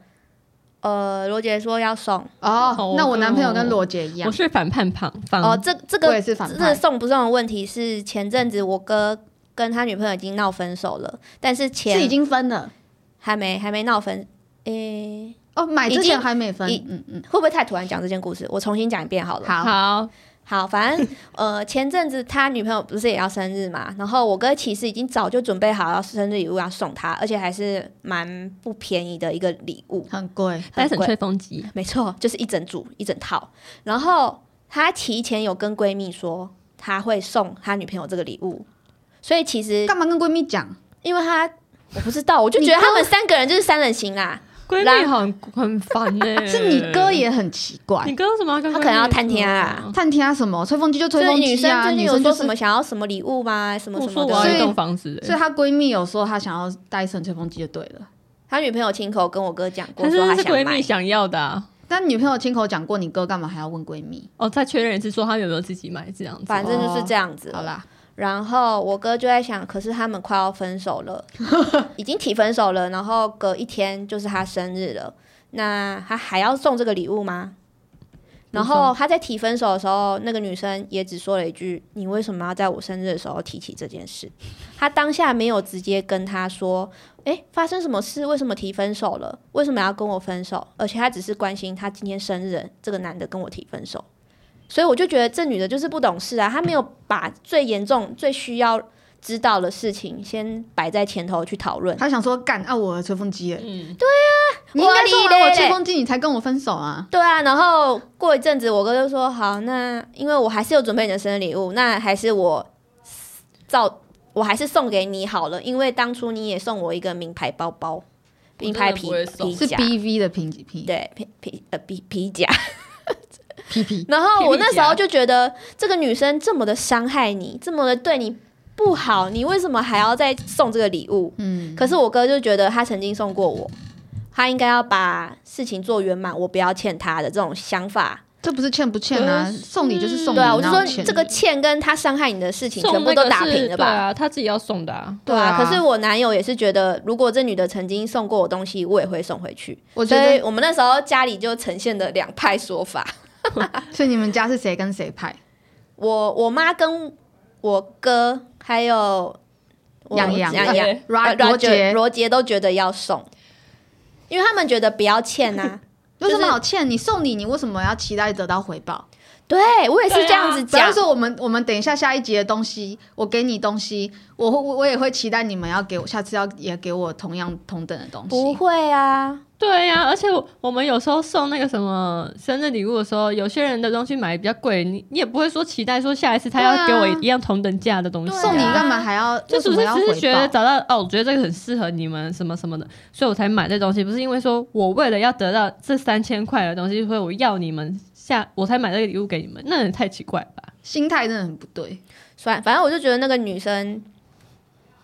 Speaker 1: 呃，罗杰说要送。
Speaker 2: 哦
Speaker 3: 哦，那我男朋友跟罗杰一样
Speaker 2: 我，是反叛旁方
Speaker 1: 哦，这这
Speaker 3: 我
Speaker 1: 个
Speaker 3: 也是反
Speaker 1: 这
Speaker 3: 派
Speaker 1: 个。送不送的问题是前阵子我哥跟他女朋友已经闹分手了，但是前
Speaker 3: 是已经分了
Speaker 1: 还没还没闹分。诶、
Speaker 3: 哦，买之
Speaker 1: 已
Speaker 3: 前
Speaker 1: 经
Speaker 3: 还没分，
Speaker 1: 已
Speaker 3: 嗯嗯，
Speaker 1: 会不会太突然讲这件故事？我重新讲一遍好了。
Speaker 3: 好，
Speaker 2: 好，
Speaker 1: 好，反正 呃，前阵子他女朋友不是也要生日嘛，然后我哥其实已经早就准备好要生日礼物要送她，而且还是蛮不便宜的一个礼物，
Speaker 3: 很贵，
Speaker 2: 戴
Speaker 1: 很
Speaker 2: 森
Speaker 1: 贵
Speaker 2: 吹风机，
Speaker 1: 没错，就是一整组一整套。然后她提前有跟闺蜜说她会送她女朋友这个礼物，所以其实
Speaker 3: 干嘛跟闺蜜讲？
Speaker 1: 因为她我不知道，我就觉得他们三个人就是三人行啊啦，
Speaker 2: 闺蜜很很烦呢、
Speaker 3: 是你哥，也很奇怪
Speaker 2: 你，哥为什么要跟
Speaker 1: 他可能要
Speaker 2: 探
Speaker 1: 探
Speaker 2: 听
Speaker 1: 听啊。
Speaker 3: 探听啊什么？吹风机就吹风
Speaker 1: 就是女
Speaker 3: 机啊，
Speaker 1: 生
Speaker 3: 女
Speaker 1: 最近有
Speaker 3: 就
Speaker 1: 说
Speaker 3: 是
Speaker 1: 什么？想要什么礼物吗？什么
Speaker 2: 我
Speaker 1: 什
Speaker 2: 说
Speaker 1: 么
Speaker 2: 我要
Speaker 3: 所
Speaker 2: 一
Speaker 3: 以
Speaker 1: 的。
Speaker 2: 栋房子、
Speaker 3: 所以她闺蜜有说她想要戴森吹风机就对了，
Speaker 1: 她女朋友亲口跟我哥讲过，
Speaker 2: 还是
Speaker 1: 说她
Speaker 2: 是
Speaker 1: 想
Speaker 2: 闺
Speaker 1: 买
Speaker 2: 蜜。想要的啊、
Speaker 3: 但女朋友亲口讲过，你哥干嘛还要问闺蜜？
Speaker 2: 哦，再确认一次，说他有没有自己买这样子。
Speaker 1: 反正就是这样子、
Speaker 3: 哦好啦，
Speaker 1: 然后我哥就在想，可是他们快要分手 了，已经提分手了，然后隔一天就是他生日了，那他还要送这个礼物吗？然后他在提分手的时候，那个女生也只说了一句：“你为什么要在我生日的时候提起这件事？”他当下没有直接跟他说：“诶，发生什么事？为什么提分手了？为什么要跟我分手？”而且他只是关心他今天生日，这个男的跟我提分手。所以我就觉得这女的就是不懂事啊，她没有把最严重、最需要知道的事情先摆在前头去讨论。
Speaker 3: 她想说干啊，我的吹风机耶，
Speaker 2: 嗯，
Speaker 3: 你应该送完
Speaker 1: 我
Speaker 3: 我
Speaker 1: 的
Speaker 3: 吹风机，你才跟我分手啊。
Speaker 1: 对啊，然后过一阵子，我哥就说：“好，那因为我还是有准备你的生日礼物，那还是我照，我还是送给你好了，因为当初你也送我一个名牌包包，名牌皮
Speaker 2: 我真的不会
Speaker 1: 皮
Speaker 2: 送
Speaker 3: 是
Speaker 1: 夹，
Speaker 3: BV 的评级评
Speaker 1: 对皮皮呃皮皮 夹。
Speaker 3: P P，
Speaker 1: 然
Speaker 2: 皮
Speaker 1: 后
Speaker 2: 皮
Speaker 1: 我那时
Speaker 2: 夹
Speaker 1: 候就觉得这个女生这么的伤害你，这么的对你不好，你为什么还要再送这个礼物？
Speaker 3: 嗯，
Speaker 1: 可是我哥就觉得他曾经送过我，他应该要把事情做圆满，我不要欠他的这种想法。
Speaker 3: 这不是欠不欠啊？
Speaker 2: 可是
Speaker 3: 送礼就是送
Speaker 1: 嗯
Speaker 3: 礼，
Speaker 1: 对啊，我就
Speaker 3: 哪有
Speaker 1: 说
Speaker 3: 欠
Speaker 1: 这个欠跟他伤害你的事情
Speaker 2: 送
Speaker 1: 全部
Speaker 2: 那个
Speaker 1: 都打
Speaker 2: 是
Speaker 1: 平了
Speaker 2: 对
Speaker 1: 吧？
Speaker 2: 啊，他自己要送的啊。
Speaker 1: 对
Speaker 3: 对
Speaker 1: 啊，
Speaker 3: 啊
Speaker 1: 可是我男友也是觉得，如果这女的曾经送过我东西，我也会送回去。
Speaker 3: 我觉
Speaker 1: 所以
Speaker 3: 得，
Speaker 1: 我们那时候家里就呈现了两派说法。
Speaker 3: 所以你们家是谁跟谁派？
Speaker 1: 我我妈跟我哥还有我
Speaker 3: 洋洋
Speaker 1: 洋洋
Speaker 2: 对
Speaker 1: 呃
Speaker 3: 罗
Speaker 1: 罗杰
Speaker 3: 杰
Speaker 1: 罗杰都觉得要送，因为他们觉得不要欠啊。
Speaker 3: 有什
Speaker 1: 就
Speaker 3: 么
Speaker 1: 是
Speaker 3: 好欠？你送礼，你为什么要期待得到回报？
Speaker 1: 对我也是这样子
Speaker 3: 假
Speaker 1: 讲
Speaker 3: 如，说我们我们等一下下一集的东西，我给你东西，我会我也会期待你们要给我，下次要也给我同样同等的东
Speaker 1: 不
Speaker 3: 西。
Speaker 1: 会啊，
Speaker 2: 对呀、而且我我们有时候送那个什么生日礼物的时候，有些人的东西买比较贵，你你也不会说期待说下一次他
Speaker 3: 对
Speaker 2: 要
Speaker 3: 啊
Speaker 2: 给我一样同等价的东西、
Speaker 1: 对啊
Speaker 3: 送你干嘛还要？
Speaker 2: 就
Speaker 3: 为什
Speaker 2: 是不
Speaker 3: 么
Speaker 2: 是
Speaker 3: 要
Speaker 2: 只是觉得
Speaker 3: 回报？
Speaker 2: 找到哦，我觉得这个很适合你们什么什么的，所以我才买这东西，不是因为说我为了要得到这三千块的东西，所以我要你们下我才买这个礼物给你们，那也太奇怪了吧？
Speaker 3: 心态真的很不对。
Speaker 1: 算反正我就觉得那个女生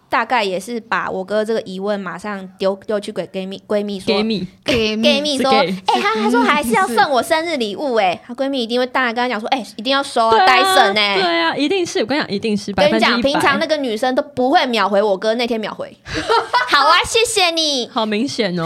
Speaker 1: 大概也是把我哥这个疑问马上丢丢去给闺蜜闺蜜说
Speaker 2: 给你，
Speaker 3: 给
Speaker 1: 闺蜜
Speaker 2: 是
Speaker 1: 说，
Speaker 2: gay
Speaker 1: 哎、她她说还是要送我生日礼物哎、她闺蜜一定会当然跟她讲说，哎、一定要收啊，戴森哎，
Speaker 2: 对啊，一定是我跟你讲，一定是
Speaker 1: 跟
Speaker 2: 百分
Speaker 1: 你
Speaker 2: 之
Speaker 1: 讲，
Speaker 2: 一
Speaker 1: 平常
Speaker 2: 百，
Speaker 1: 那个女生都不会秒回我哥，那天秒 回，好啊，谢谢你。
Speaker 2: 好明显哦，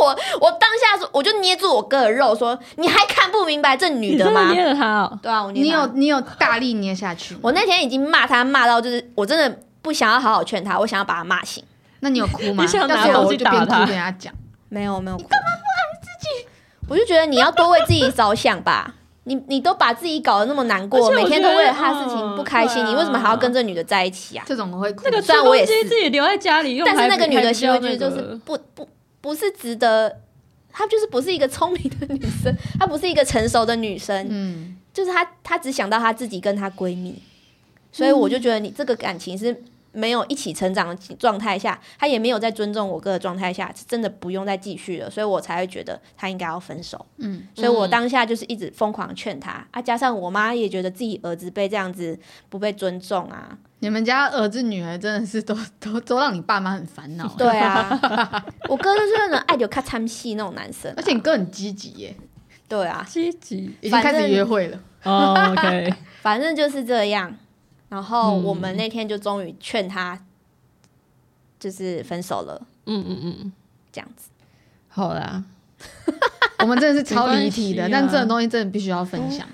Speaker 1: 我我当下说，我就捏住我哥的肉说，你还看不明白这女
Speaker 2: 你真
Speaker 1: 的吗
Speaker 2: 的？捏了他哦，
Speaker 1: 对啊，我捏
Speaker 3: 你
Speaker 1: 她
Speaker 3: 有你有大力捏下去吗，
Speaker 1: 我那天已经骂她骂到就是我真的不想要好好劝她，我想要把她骂醒。
Speaker 3: 那你有哭吗？
Speaker 2: 你想
Speaker 3: 要
Speaker 2: 拿
Speaker 3: 是有
Speaker 2: 东
Speaker 3: 我
Speaker 2: 西
Speaker 3: 就
Speaker 2: 打
Speaker 3: 边哭
Speaker 2: 他
Speaker 3: 边跟他讲。
Speaker 1: 没有没有，你干嘛不安慰自己？我就觉得你要多为自己着想吧。你你都把自己搞得那么难
Speaker 2: 而
Speaker 1: 过，
Speaker 2: 且我
Speaker 1: 每天都
Speaker 2: 觉得
Speaker 1: 为了她的事情
Speaker 2: 嗯
Speaker 1: 不开心，
Speaker 2: 对啊
Speaker 1: 你为什么还要跟这女的在一起啊？
Speaker 3: 这种我会哭。
Speaker 2: 那个吃
Speaker 1: 虽然我也
Speaker 2: 东
Speaker 1: 是
Speaker 2: 西自己留在家里 用，
Speaker 1: 但是
Speaker 2: 还
Speaker 1: 那个
Speaker 2: 不
Speaker 1: 女的
Speaker 2: 还
Speaker 1: 行为
Speaker 2: 不
Speaker 1: 就
Speaker 2: 叫
Speaker 1: 是就
Speaker 2: 那
Speaker 1: 是
Speaker 2: 个
Speaker 1: 不不不是值得，她就是不是一个聪明的女生，她不是一个成熟的女生，
Speaker 3: 嗯，
Speaker 1: 就是她她只想到她自己跟她闺
Speaker 2: 嗯
Speaker 1: 蜜，所以我就觉得你这个感情是没有一起成长的状态下，她也没有在尊重我哥的状态下，是真的不用再继续了，所以我才会觉得她应该要分手。嗯，所以我当下就是一直疯狂劝她啊，加上我妈也觉得自己儿子被这样子不被尊重啊，
Speaker 3: 你们家儿子女儿真的是都 都都让你爸妈很烦恼。
Speaker 1: 对啊，我哥就是那种爱流看参戏那种男生啊、
Speaker 3: 欸而且你哥很积极耶，
Speaker 1: 对啊，
Speaker 2: 积极
Speaker 3: 已经开
Speaker 1: 反
Speaker 3: 始
Speaker 1: 正
Speaker 3: 约会 了。
Speaker 2: 哦，OK，
Speaker 1: 反正就是这样。然后我们那天就终于劝他，就是分手了，
Speaker 2: 嗯嗯嗯，
Speaker 1: 这样子。
Speaker 2: 好啦，
Speaker 3: 我们真的是超离题的，
Speaker 2: 没关系啊
Speaker 3: 但这种东西真的必须要分享。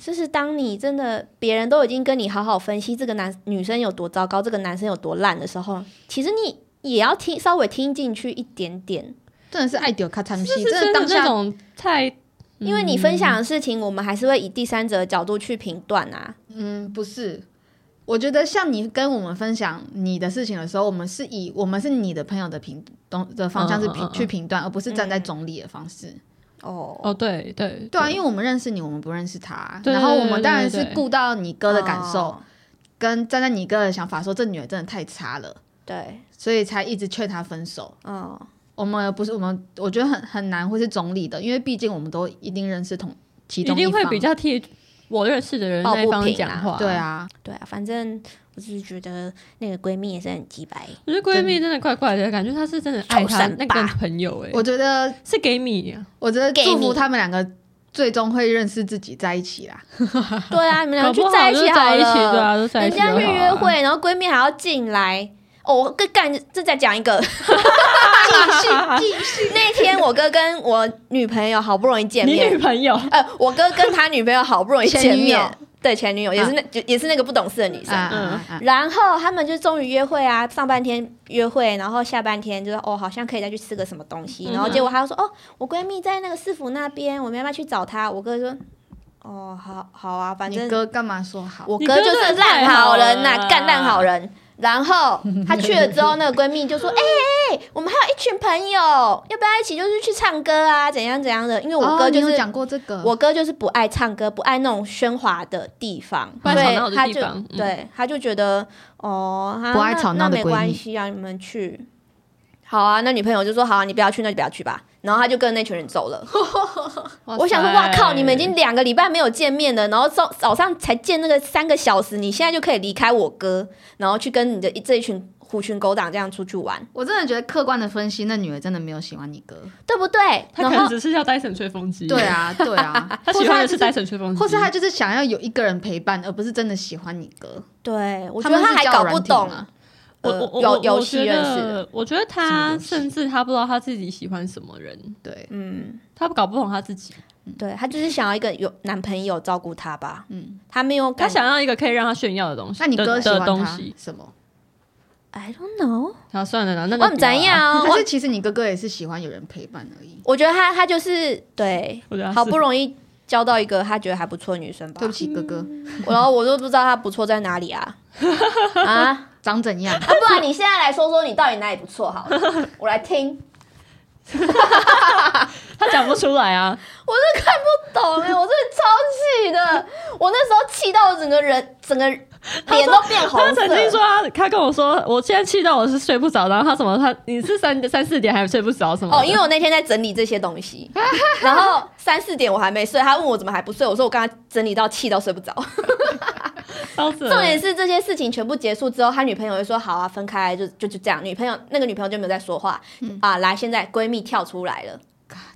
Speaker 1: 就是当你真的别人都已经跟你好好分析这个男女生有多糟糕，这个男生有多烂的时候，其实你也要听稍微听进去一点点，
Speaker 3: 真的是爱丢卡餐
Speaker 2: 就
Speaker 3: 戏，的
Speaker 2: 是真的
Speaker 3: 当
Speaker 2: 那
Speaker 3: 下
Speaker 2: 种太，
Speaker 1: 因为你分享的事情，我们还是会以第三者的角度去评断啊。
Speaker 3: 嗯，不是。我觉得像你跟我们分享你的事情的时候，我们是以我们是你的朋友的评东的方向是
Speaker 2: 嗯嗯
Speaker 3: 评
Speaker 2: 嗯
Speaker 3: 去评断，而不是站在中立的方式。
Speaker 1: 哦
Speaker 2: 哦，对对
Speaker 3: 对啊，因为我们认识你，我们不认识他，
Speaker 2: 对对
Speaker 3: 然后我们当然
Speaker 2: 对对
Speaker 3: 是
Speaker 2: 对
Speaker 3: 顾到你哥的感受
Speaker 1: 哦，
Speaker 3: 跟站在你哥的想法说这女的真的太差了，
Speaker 1: 对，
Speaker 3: 所以才一直劝他分手。
Speaker 1: 哦，
Speaker 3: 我们不是我们，我觉得很很难会是中立的，因为毕竟我们都一定认识同其
Speaker 2: 一
Speaker 3: 中方
Speaker 2: 定会比较替我认识的人
Speaker 1: 抱
Speaker 2: 那一
Speaker 1: 不
Speaker 2: 方
Speaker 1: 平
Speaker 2: 讲
Speaker 1: 啊
Speaker 2: 话，
Speaker 3: 对。啊，
Speaker 1: 对啊，反正我只是觉得那个闺蜜也是很鸡白。
Speaker 2: 我觉得闺蜜真的怪怪的，感觉她是真的爱她那个朋友哎、
Speaker 3: 我觉得
Speaker 2: 是给米啊，
Speaker 3: 我觉得
Speaker 1: 给你
Speaker 3: 祝福他们两个最终会认识自己在一起啦。
Speaker 1: 对啊，你们俩
Speaker 2: 搞
Speaker 1: 去
Speaker 2: 不好
Speaker 1: 在一
Speaker 2: 就
Speaker 1: 起好
Speaker 2: 在
Speaker 1: 了，
Speaker 2: 一起对啊，都在一
Speaker 1: 人
Speaker 2: 起就好
Speaker 1: 家
Speaker 2: 啊
Speaker 1: 去约，会，然后闺蜜还要进来。哦，我跟干这再讲一 个， 继续继续。那天我哥跟我女朋友好不容易见
Speaker 2: 你女
Speaker 1: 面，
Speaker 2: 朋友
Speaker 1: 呃，我哥跟他女朋友好不容易见
Speaker 3: 前女友
Speaker 1: 面，对前女友也是那、就也是那个不懂事的女生。
Speaker 2: 嗯
Speaker 3: 啊啊啊！
Speaker 1: 然后他们就终于约会啊，上半天约会，然后下半天就是哦，好像可以再去吃个什么东西。
Speaker 3: 嗯
Speaker 1: 然后结果他就说、哦，我闺蜜在那个市府那边，我们要不要去找她？我哥说哦，好好啊，反正
Speaker 3: 你哥干嘛说好？
Speaker 1: 我
Speaker 2: 你
Speaker 1: 哥
Speaker 2: 哥
Speaker 1: 就
Speaker 2: 真
Speaker 1: 是
Speaker 2: 的太
Speaker 1: 烂
Speaker 2: 好
Speaker 1: 好人呐、
Speaker 2: 了
Speaker 1: 干烂好人。然后她去了之后，那个闺蜜就说：“哎、哎、哎我们还有一群朋友，要不要一起就是去唱歌啊？怎样怎样的？因为我
Speaker 3: 哦
Speaker 1: 哥就
Speaker 3: 你有
Speaker 1: 是、
Speaker 3: 讲过这个，
Speaker 1: 我哥就是不爱唱歌，不爱那种喧哗的地方，
Speaker 2: 不
Speaker 1: 所
Speaker 2: 爱吵闹
Speaker 1: 以
Speaker 2: 的
Speaker 1: 他
Speaker 2: 地
Speaker 1: 就、
Speaker 2: 方嗯
Speaker 1: 对他就觉得哦，啊
Speaker 3: 不爱
Speaker 1: 那
Speaker 3: 吵闹
Speaker 1: 那
Speaker 3: 的
Speaker 1: 没
Speaker 3: 闺蜜
Speaker 1: 关系啊，你们去。好啊，那女朋友就说好、啊，你不要去，那就不要去吧。然后他就跟那群人走了。我想说，哇靠！你们已经两个礼拜没有见面了，然后早早上才见那个三个小时，你现在就可以离开我哥，然后去跟你的这一群狐群狗党这样出去玩，
Speaker 3: 我真的觉得客观的分析，那女的真的没有喜欢你哥。
Speaker 1: 对不对？
Speaker 2: 她
Speaker 1: 然
Speaker 2: 可能
Speaker 1: 后
Speaker 2: 只是要戴森吹风机，
Speaker 3: 对，啊，对 啊，
Speaker 2: 她
Speaker 3: 或
Speaker 2: 喜
Speaker 3: 是
Speaker 2: 欢
Speaker 3: 她
Speaker 2: 的
Speaker 3: 就是
Speaker 2: 戴森吹
Speaker 1: 嗯
Speaker 2: 风机，
Speaker 3: 或是他就是想要有一个人陪伴，而不是真的喜欢你哥。
Speaker 1: 对我
Speaker 3: 我
Speaker 1: 觉得他还搞不懂，
Speaker 2: 我
Speaker 1: 呃
Speaker 2: 我
Speaker 1: 有
Speaker 2: 我
Speaker 1: 游
Speaker 2: 我
Speaker 1: 戏
Speaker 2: 觉
Speaker 1: 认识
Speaker 2: 得，我觉得
Speaker 3: 什么
Speaker 2: 她
Speaker 3: 游戏
Speaker 2: 甚至她不知道她自己喜欢什么人，
Speaker 3: 对，
Speaker 1: 嗯，
Speaker 2: 她搞不懂她自己，
Speaker 1: 对他就是想要一个有男朋友照顾他吧，嗯，他没有
Speaker 2: 她
Speaker 1: 感，
Speaker 2: 想要一个可以让她炫耀的东西。
Speaker 3: 那你
Speaker 2: 的
Speaker 3: 哥喜
Speaker 2: 的
Speaker 3: 欢
Speaker 2: 东
Speaker 3: 他
Speaker 2: 西，
Speaker 3: 什么？
Speaker 1: I don't know，
Speaker 2: 好，算了啦，那
Speaker 3: 哦
Speaker 2: 就
Speaker 1: 我
Speaker 2: 啊
Speaker 1: 们
Speaker 2: 不要啦
Speaker 1: 怎？样？啊嗯
Speaker 3: 还
Speaker 1: 我嗯
Speaker 3: 是其实你哥哥也是喜欢有人陪伴而已？
Speaker 1: 我觉得他他就是对，
Speaker 2: 我觉得她
Speaker 1: 好
Speaker 2: 是
Speaker 1: 不容易交到一个他觉得还不错的女生吧
Speaker 3: 对，不起，哥哥
Speaker 1: 然后我都不知道他不错在哪里啊啊！
Speaker 3: 长怎样？
Speaker 1: 啊，不然你现在来说说你到底哪里不错好 了，我来听。
Speaker 2: 她讲不出 来啊，
Speaker 1: 我是看不懂哎、我真的超气的，我那时候气到我整个人整个脸都变红
Speaker 2: 他
Speaker 1: 色
Speaker 2: 曾。经说他，他跟我说，我现在气到我是睡不着，然后他什么，他你是三三四点还睡不着什么的？
Speaker 1: 哦，因为我那天在整理这些东西，然后三四点我还没睡，他问我怎么还不睡，我说我刚刚整理到气到睡不着。
Speaker 2: 笑死了
Speaker 1: 重点是这些事情全部结束之后，他女朋友就说好啊，分开就就就这样。女朋友那个女朋友就没有再说话、啊。来，现在闺蜜跳出来了，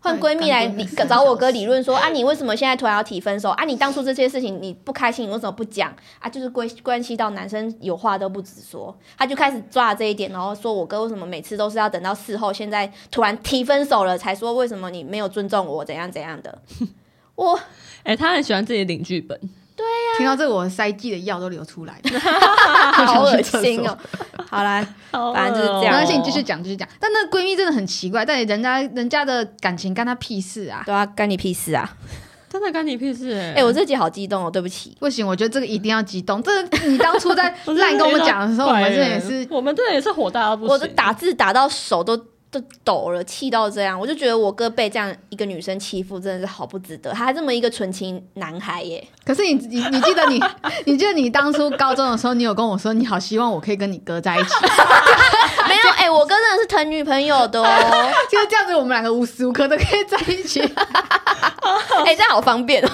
Speaker 1: 换闺蜜来理找我哥理论说啊，你为什么现在突然要提分手啊？你当初这些事情你不开心，你为什么不讲啊？就是关关系到男生有话都不直说，他就开始抓这一点，然后说我哥为什么每次都是要等到事后，现在突然提分手了才说为什么你没有尊重我，怎样怎样的。 我
Speaker 2: 哎、他很喜欢自己领 剧本，
Speaker 3: 听到这，我腮季的药都流 出来
Speaker 1: 啊
Speaker 3: 了。
Speaker 1: 好恶心哦！好啦，反正就是这
Speaker 3: 没
Speaker 1: 样
Speaker 3: 关
Speaker 1: 哦
Speaker 3: 系，你继续讲，继续讲。但那闺蜜真的很奇怪，但人家人家的感情干她屁事啊！
Speaker 1: 对啊，干你屁事啊！
Speaker 2: 真的干你屁事、哎
Speaker 1: 哎、我这集好激动哦，对不起。
Speaker 3: 不行，我觉得这个一定要激动。这个你当初 在烂跟我们讲的时候，我
Speaker 2: 欸
Speaker 3: 们这也是，
Speaker 2: 我们这也是火大到不行。
Speaker 1: 我的打字打到手都都抖了，气到这样，我就觉得我哥被这样一个女生欺负，真的是好不值得。他还这么一个纯情男孩耶，
Speaker 3: 可是你你你记得你你记得你当初高中的时候，你有跟我说你好希望我可以跟你哥在一起，
Speaker 1: 没有哎、我哥真的是疼女朋友的哦，
Speaker 3: 就是这样子，我们两个无时无刻都可以在一起。
Speaker 1: 哎、这样好方便哦。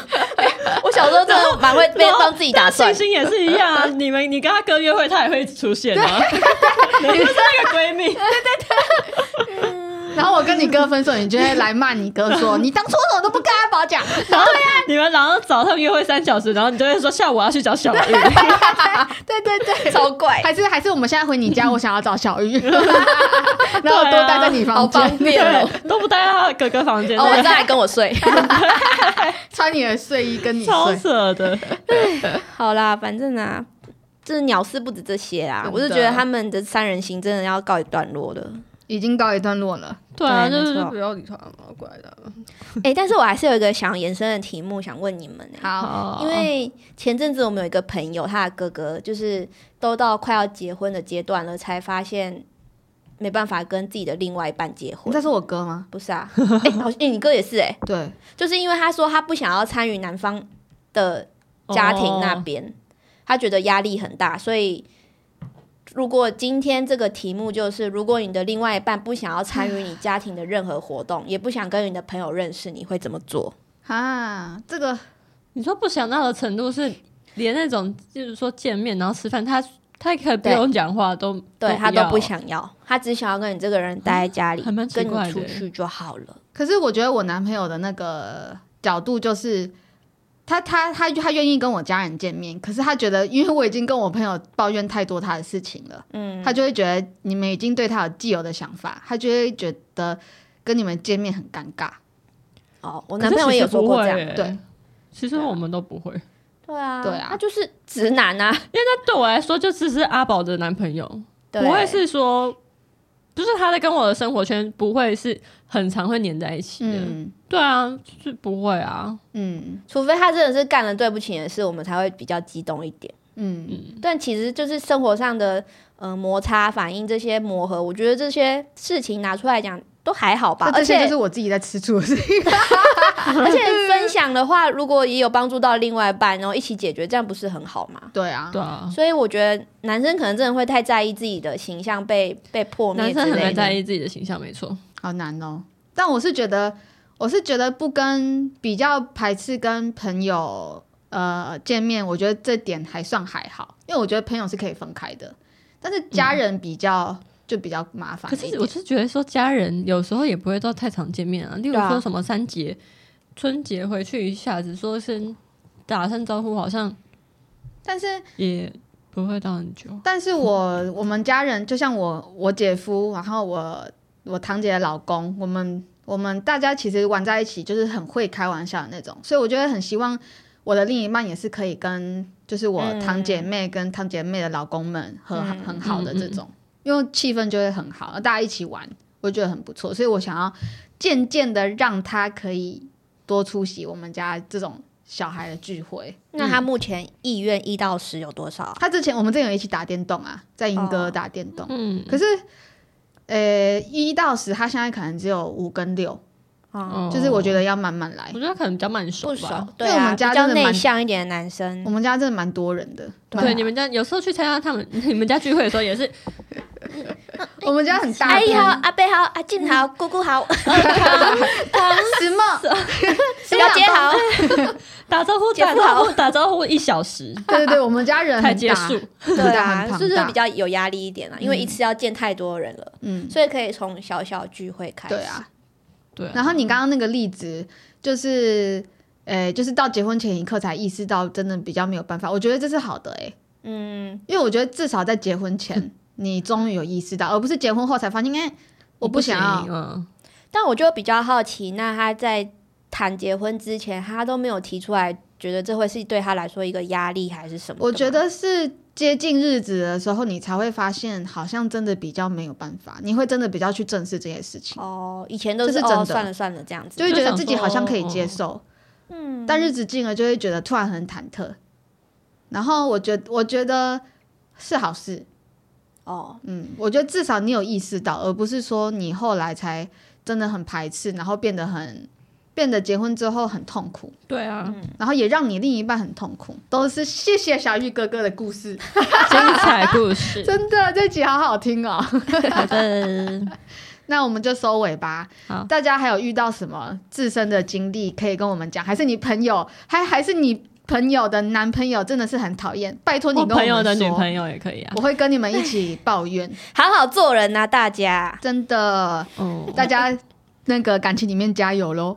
Speaker 1: 我小时候真的蛮 会被帮自己打
Speaker 2: 星
Speaker 1: 算，
Speaker 2: 星也是一样 啊，你们你跟他哥约会，他也会出现啊。 你们就是那个闺蜜，
Speaker 3: 然后我跟你哥分手，你就会来骂你哥说你当初怎么都不跟阿宝讲，
Speaker 2: 然
Speaker 1: 啊
Speaker 2: 后你们然后早上约会三小时，然后你就会说下午我要去找小 玉。
Speaker 3: 对对对，
Speaker 1: 超怪，
Speaker 3: 还是还是我们现在回你家，我想要找小玉， 然后多待在你
Speaker 1: 好
Speaker 3: 房
Speaker 1: 方
Speaker 3: 间，
Speaker 1: 便哦。
Speaker 2: 对，都不待在他的哥哥房间，
Speaker 1: 哦，我知道还跟我睡。
Speaker 3: 穿你的睡衣跟你
Speaker 2: 超
Speaker 3: 睡。
Speaker 2: 扯的。
Speaker 1: 好啦，反正啊，这鸟事不止这些啦，
Speaker 3: 真
Speaker 1: 我
Speaker 3: 的
Speaker 1: 是觉得他们的三人行真的要告一段落了。
Speaker 3: 已经告一段落了。
Speaker 2: 对啊，
Speaker 1: 对
Speaker 2: 就
Speaker 1: 没
Speaker 2: 是
Speaker 1: 错
Speaker 2: 不要理他嘛，怪的。
Speaker 1: 哎、但是我还是有一个想要延伸的题目想问你们、欸，
Speaker 3: 好，
Speaker 1: 因为前阵子我们有一个朋友，他的哥哥就是都到快要结婚的阶段了，才发现没办法跟自己的另外一半结
Speaker 3: 你
Speaker 1: 婚
Speaker 3: 在。说我哥吗？
Speaker 1: 不是啊， 哎、好像、欸你哥也是哎、
Speaker 3: 对，
Speaker 1: 就是因为他说他不想要参与男方的家
Speaker 3: 哦
Speaker 1: 庭
Speaker 2: 啊
Speaker 1: 那
Speaker 2: 哦
Speaker 1: 边，他觉得压力很大，所以如果今天这个题目就是，如果你的另外一半不想要参与你家庭的任何活动，也不想跟你的朋友认识，你会怎么做？
Speaker 3: 啊，这个
Speaker 2: 你说不想到的程度是，连那种就是说见面然后吃饭，他他可以不用讲话都，
Speaker 1: 对他都
Speaker 2: 要
Speaker 1: 不，想要，他只想要跟你这个人待在家里，
Speaker 2: 还蛮奇
Speaker 1: 跟
Speaker 2: 怪
Speaker 1: 你
Speaker 2: 的欸
Speaker 1: 出去就好了。
Speaker 3: 可是我觉得我男朋友的那个角度就是，他他他他愿意跟我家人见面，可是他觉得，因为我已经跟我朋友抱怨太多他的事情了，
Speaker 1: 嗯，
Speaker 3: 他就会觉得你们已经对他有既有的想法，他就会觉得跟你们见面很尴尬。
Speaker 1: 哦，我
Speaker 2: 我
Speaker 1: 男朋友也有说过这
Speaker 2: 欸
Speaker 1: 样，
Speaker 3: 对。
Speaker 2: 其实我们都不会，因
Speaker 1: 对啊，
Speaker 3: 对啊
Speaker 1: 他就是直男 啊，
Speaker 2: 为那对我来说就只是阿宝的男朋友，
Speaker 1: 对
Speaker 2: 不会是说，就是他在跟我的生活圈不会是很常会黏在一起的，
Speaker 3: 嗯
Speaker 2: 对啊，是不会啊，
Speaker 3: 嗯
Speaker 1: 除非他真的是干了对不起你的事，我们才会比较激动一点。
Speaker 3: 嗯，
Speaker 1: 但其实就是生活上的呃摩擦、反应这些磨合，我觉得这些事情拿出来讲都还好吧而
Speaker 3: 那。这些
Speaker 1: 且
Speaker 3: 就是我自己在吃醋的事情。
Speaker 1: 而 且分享的话，如果也有帮助到另外一半，然后一起解决，这样不是很好吗？
Speaker 3: 对啊，
Speaker 2: 对啊，
Speaker 1: 所以我觉得男生可能真的会太在意自己的形象被被破
Speaker 2: 男
Speaker 1: 灭
Speaker 2: 生
Speaker 1: 之
Speaker 2: 很
Speaker 1: 类
Speaker 2: 难在
Speaker 1: 的。
Speaker 2: 意自己的形象，没错，
Speaker 3: 好难哦。但我是觉得，我是觉得不跟比较排斥跟朋友呃见面，我觉得这点还算还好，因为我觉得朋友是可以分开的，但是家人比较、就比较麻烦
Speaker 2: 嗯可
Speaker 3: 一点。
Speaker 2: 是我是觉得说家人有时候也不会到太常见面啊，例如
Speaker 1: 对啊
Speaker 2: 说什么三节、春节回去一下子说声打声招呼，好像
Speaker 3: 但是
Speaker 2: 也不会到很久。
Speaker 3: 但是我我们家人就像我我姐夫，然后我我堂姐的老公，我们我们大家其实玩在一起就是很会开玩笑的那种，所以我就会很希望我的另一半也是可以跟就是我
Speaker 1: 嗯
Speaker 3: 堂姐妹跟堂姐妹的老公们和
Speaker 1: 嗯
Speaker 3: 很好的这种，因为气氛就会很好，大家一起玩，我觉得很不错，所以我想要渐渐的让他可以多出席我们家这种小孩的聚会。
Speaker 1: 那他目前意愿一到十有多少啊？
Speaker 3: 他之前我们之前有一起打电动啊，在英
Speaker 1: 哦
Speaker 3: 哥打电动。
Speaker 2: 嗯，
Speaker 3: 可是，呃，一到十，他现在可能只有五跟六，
Speaker 1: 哦，
Speaker 3: 就是我觉得要慢慢来
Speaker 2: 我。觉得他可能比较慢熟
Speaker 1: 不
Speaker 2: 吧。
Speaker 1: 熟，
Speaker 3: 因
Speaker 1: 对
Speaker 3: 为我
Speaker 1: 啊，
Speaker 3: 们
Speaker 1: 比
Speaker 3: 家
Speaker 1: 较
Speaker 3: 真的
Speaker 1: 内
Speaker 3: 蛮嗯
Speaker 1: 向一点的男生
Speaker 3: 我，们家真的蛮多人的，
Speaker 2: 对，你们家有时候去参加他们你们家聚会的时候也是，
Speaker 3: 我们家很大嗯
Speaker 1: 阿姨
Speaker 3: 声，
Speaker 1: 好，阿贝好，阿静好，姑姑好，
Speaker 3: 什么？ 啊
Speaker 1: 表姐好，
Speaker 2: 打招呼，
Speaker 1: 姐夫
Speaker 2: 打招呼，打招呼一小时
Speaker 3: 对对对，我们家人
Speaker 2: 才
Speaker 3: 很
Speaker 2: 结
Speaker 3: 大
Speaker 2: 束，。
Speaker 1: 对啊
Speaker 3: 很，庞
Speaker 1: 就是
Speaker 3: 大
Speaker 1: 比较有压力一点啊啦，因为一次要见太多人了，
Speaker 3: 嗯，
Speaker 1: 所以可以从小小聚会开始。
Speaker 3: 对啊，。
Speaker 2: 对啊，
Speaker 3: 然后你刚刚那个例子，就是，呃、就是到结婚前一刻才意识到，真的比较没有办法。我觉得这是好的、欸，
Speaker 1: 嗯，
Speaker 3: 因为我觉得至少在结婚前，你终于有意识到，而不是结婚后才发现，哎、我不想要
Speaker 2: 行，嗯，
Speaker 1: 但我就比较好奇，那他在谈结婚之前，他都没有提出来，觉得这会是对他来说一个压力还是什么的吗？
Speaker 3: 我觉得是接近日子的时候，你才会发现，好像真的比较没有办法，你会真的比较去正视这件事情，
Speaker 1: 哦，以前都
Speaker 3: 这
Speaker 1: 是
Speaker 3: 是真的
Speaker 1: 哦算了算了这样子，
Speaker 3: 就哦会觉得自己好像可以接受，
Speaker 1: 嗯，
Speaker 3: 但日子近了就会觉得突然很忐忑。然后我觉我觉得是好事，
Speaker 1: 哦，
Speaker 3: 嗯，我觉得至少你有意识到，而不是说你后来才真的很排斥，然后变得很变得结婚之后很痛苦，
Speaker 2: 对啊，
Speaker 3: 然后也让你另一半很痛苦，嗯都是谢谢小玉哥哥的故事，
Speaker 2: 精彩 故事，
Speaker 3: 真的这集好好听哦。
Speaker 2: 好的，
Speaker 3: 那我们就收尾吧。
Speaker 2: 好
Speaker 3: 大家还有遇到什么自身的经历可以跟我们讲？还是你朋友，还还是你朋友的男朋友真的是很讨厌？拜托你
Speaker 2: 我
Speaker 3: 跟我们
Speaker 2: 朋
Speaker 3: 说，
Speaker 2: 友的女朋友也可以啊
Speaker 3: 我，会跟你们一起抱 怨，
Speaker 1: 好好做人呐、啊大家。
Speaker 3: 真的，
Speaker 2: 哦，
Speaker 3: 大家那个感情里面加油 喽。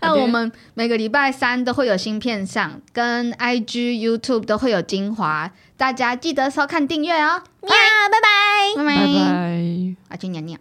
Speaker 3: 那我们每个礼拜三都会有新片上，跟 IG、YouTube 都会有精华，大家记得收看订阅哦。
Speaker 1: 喵，拜拜。
Speaker 3: 拜
Speaker 2: 哎拜
Speaker 3: 拜，
Speaker 2: 拜。
Speaker 3: 啊，去尿尿。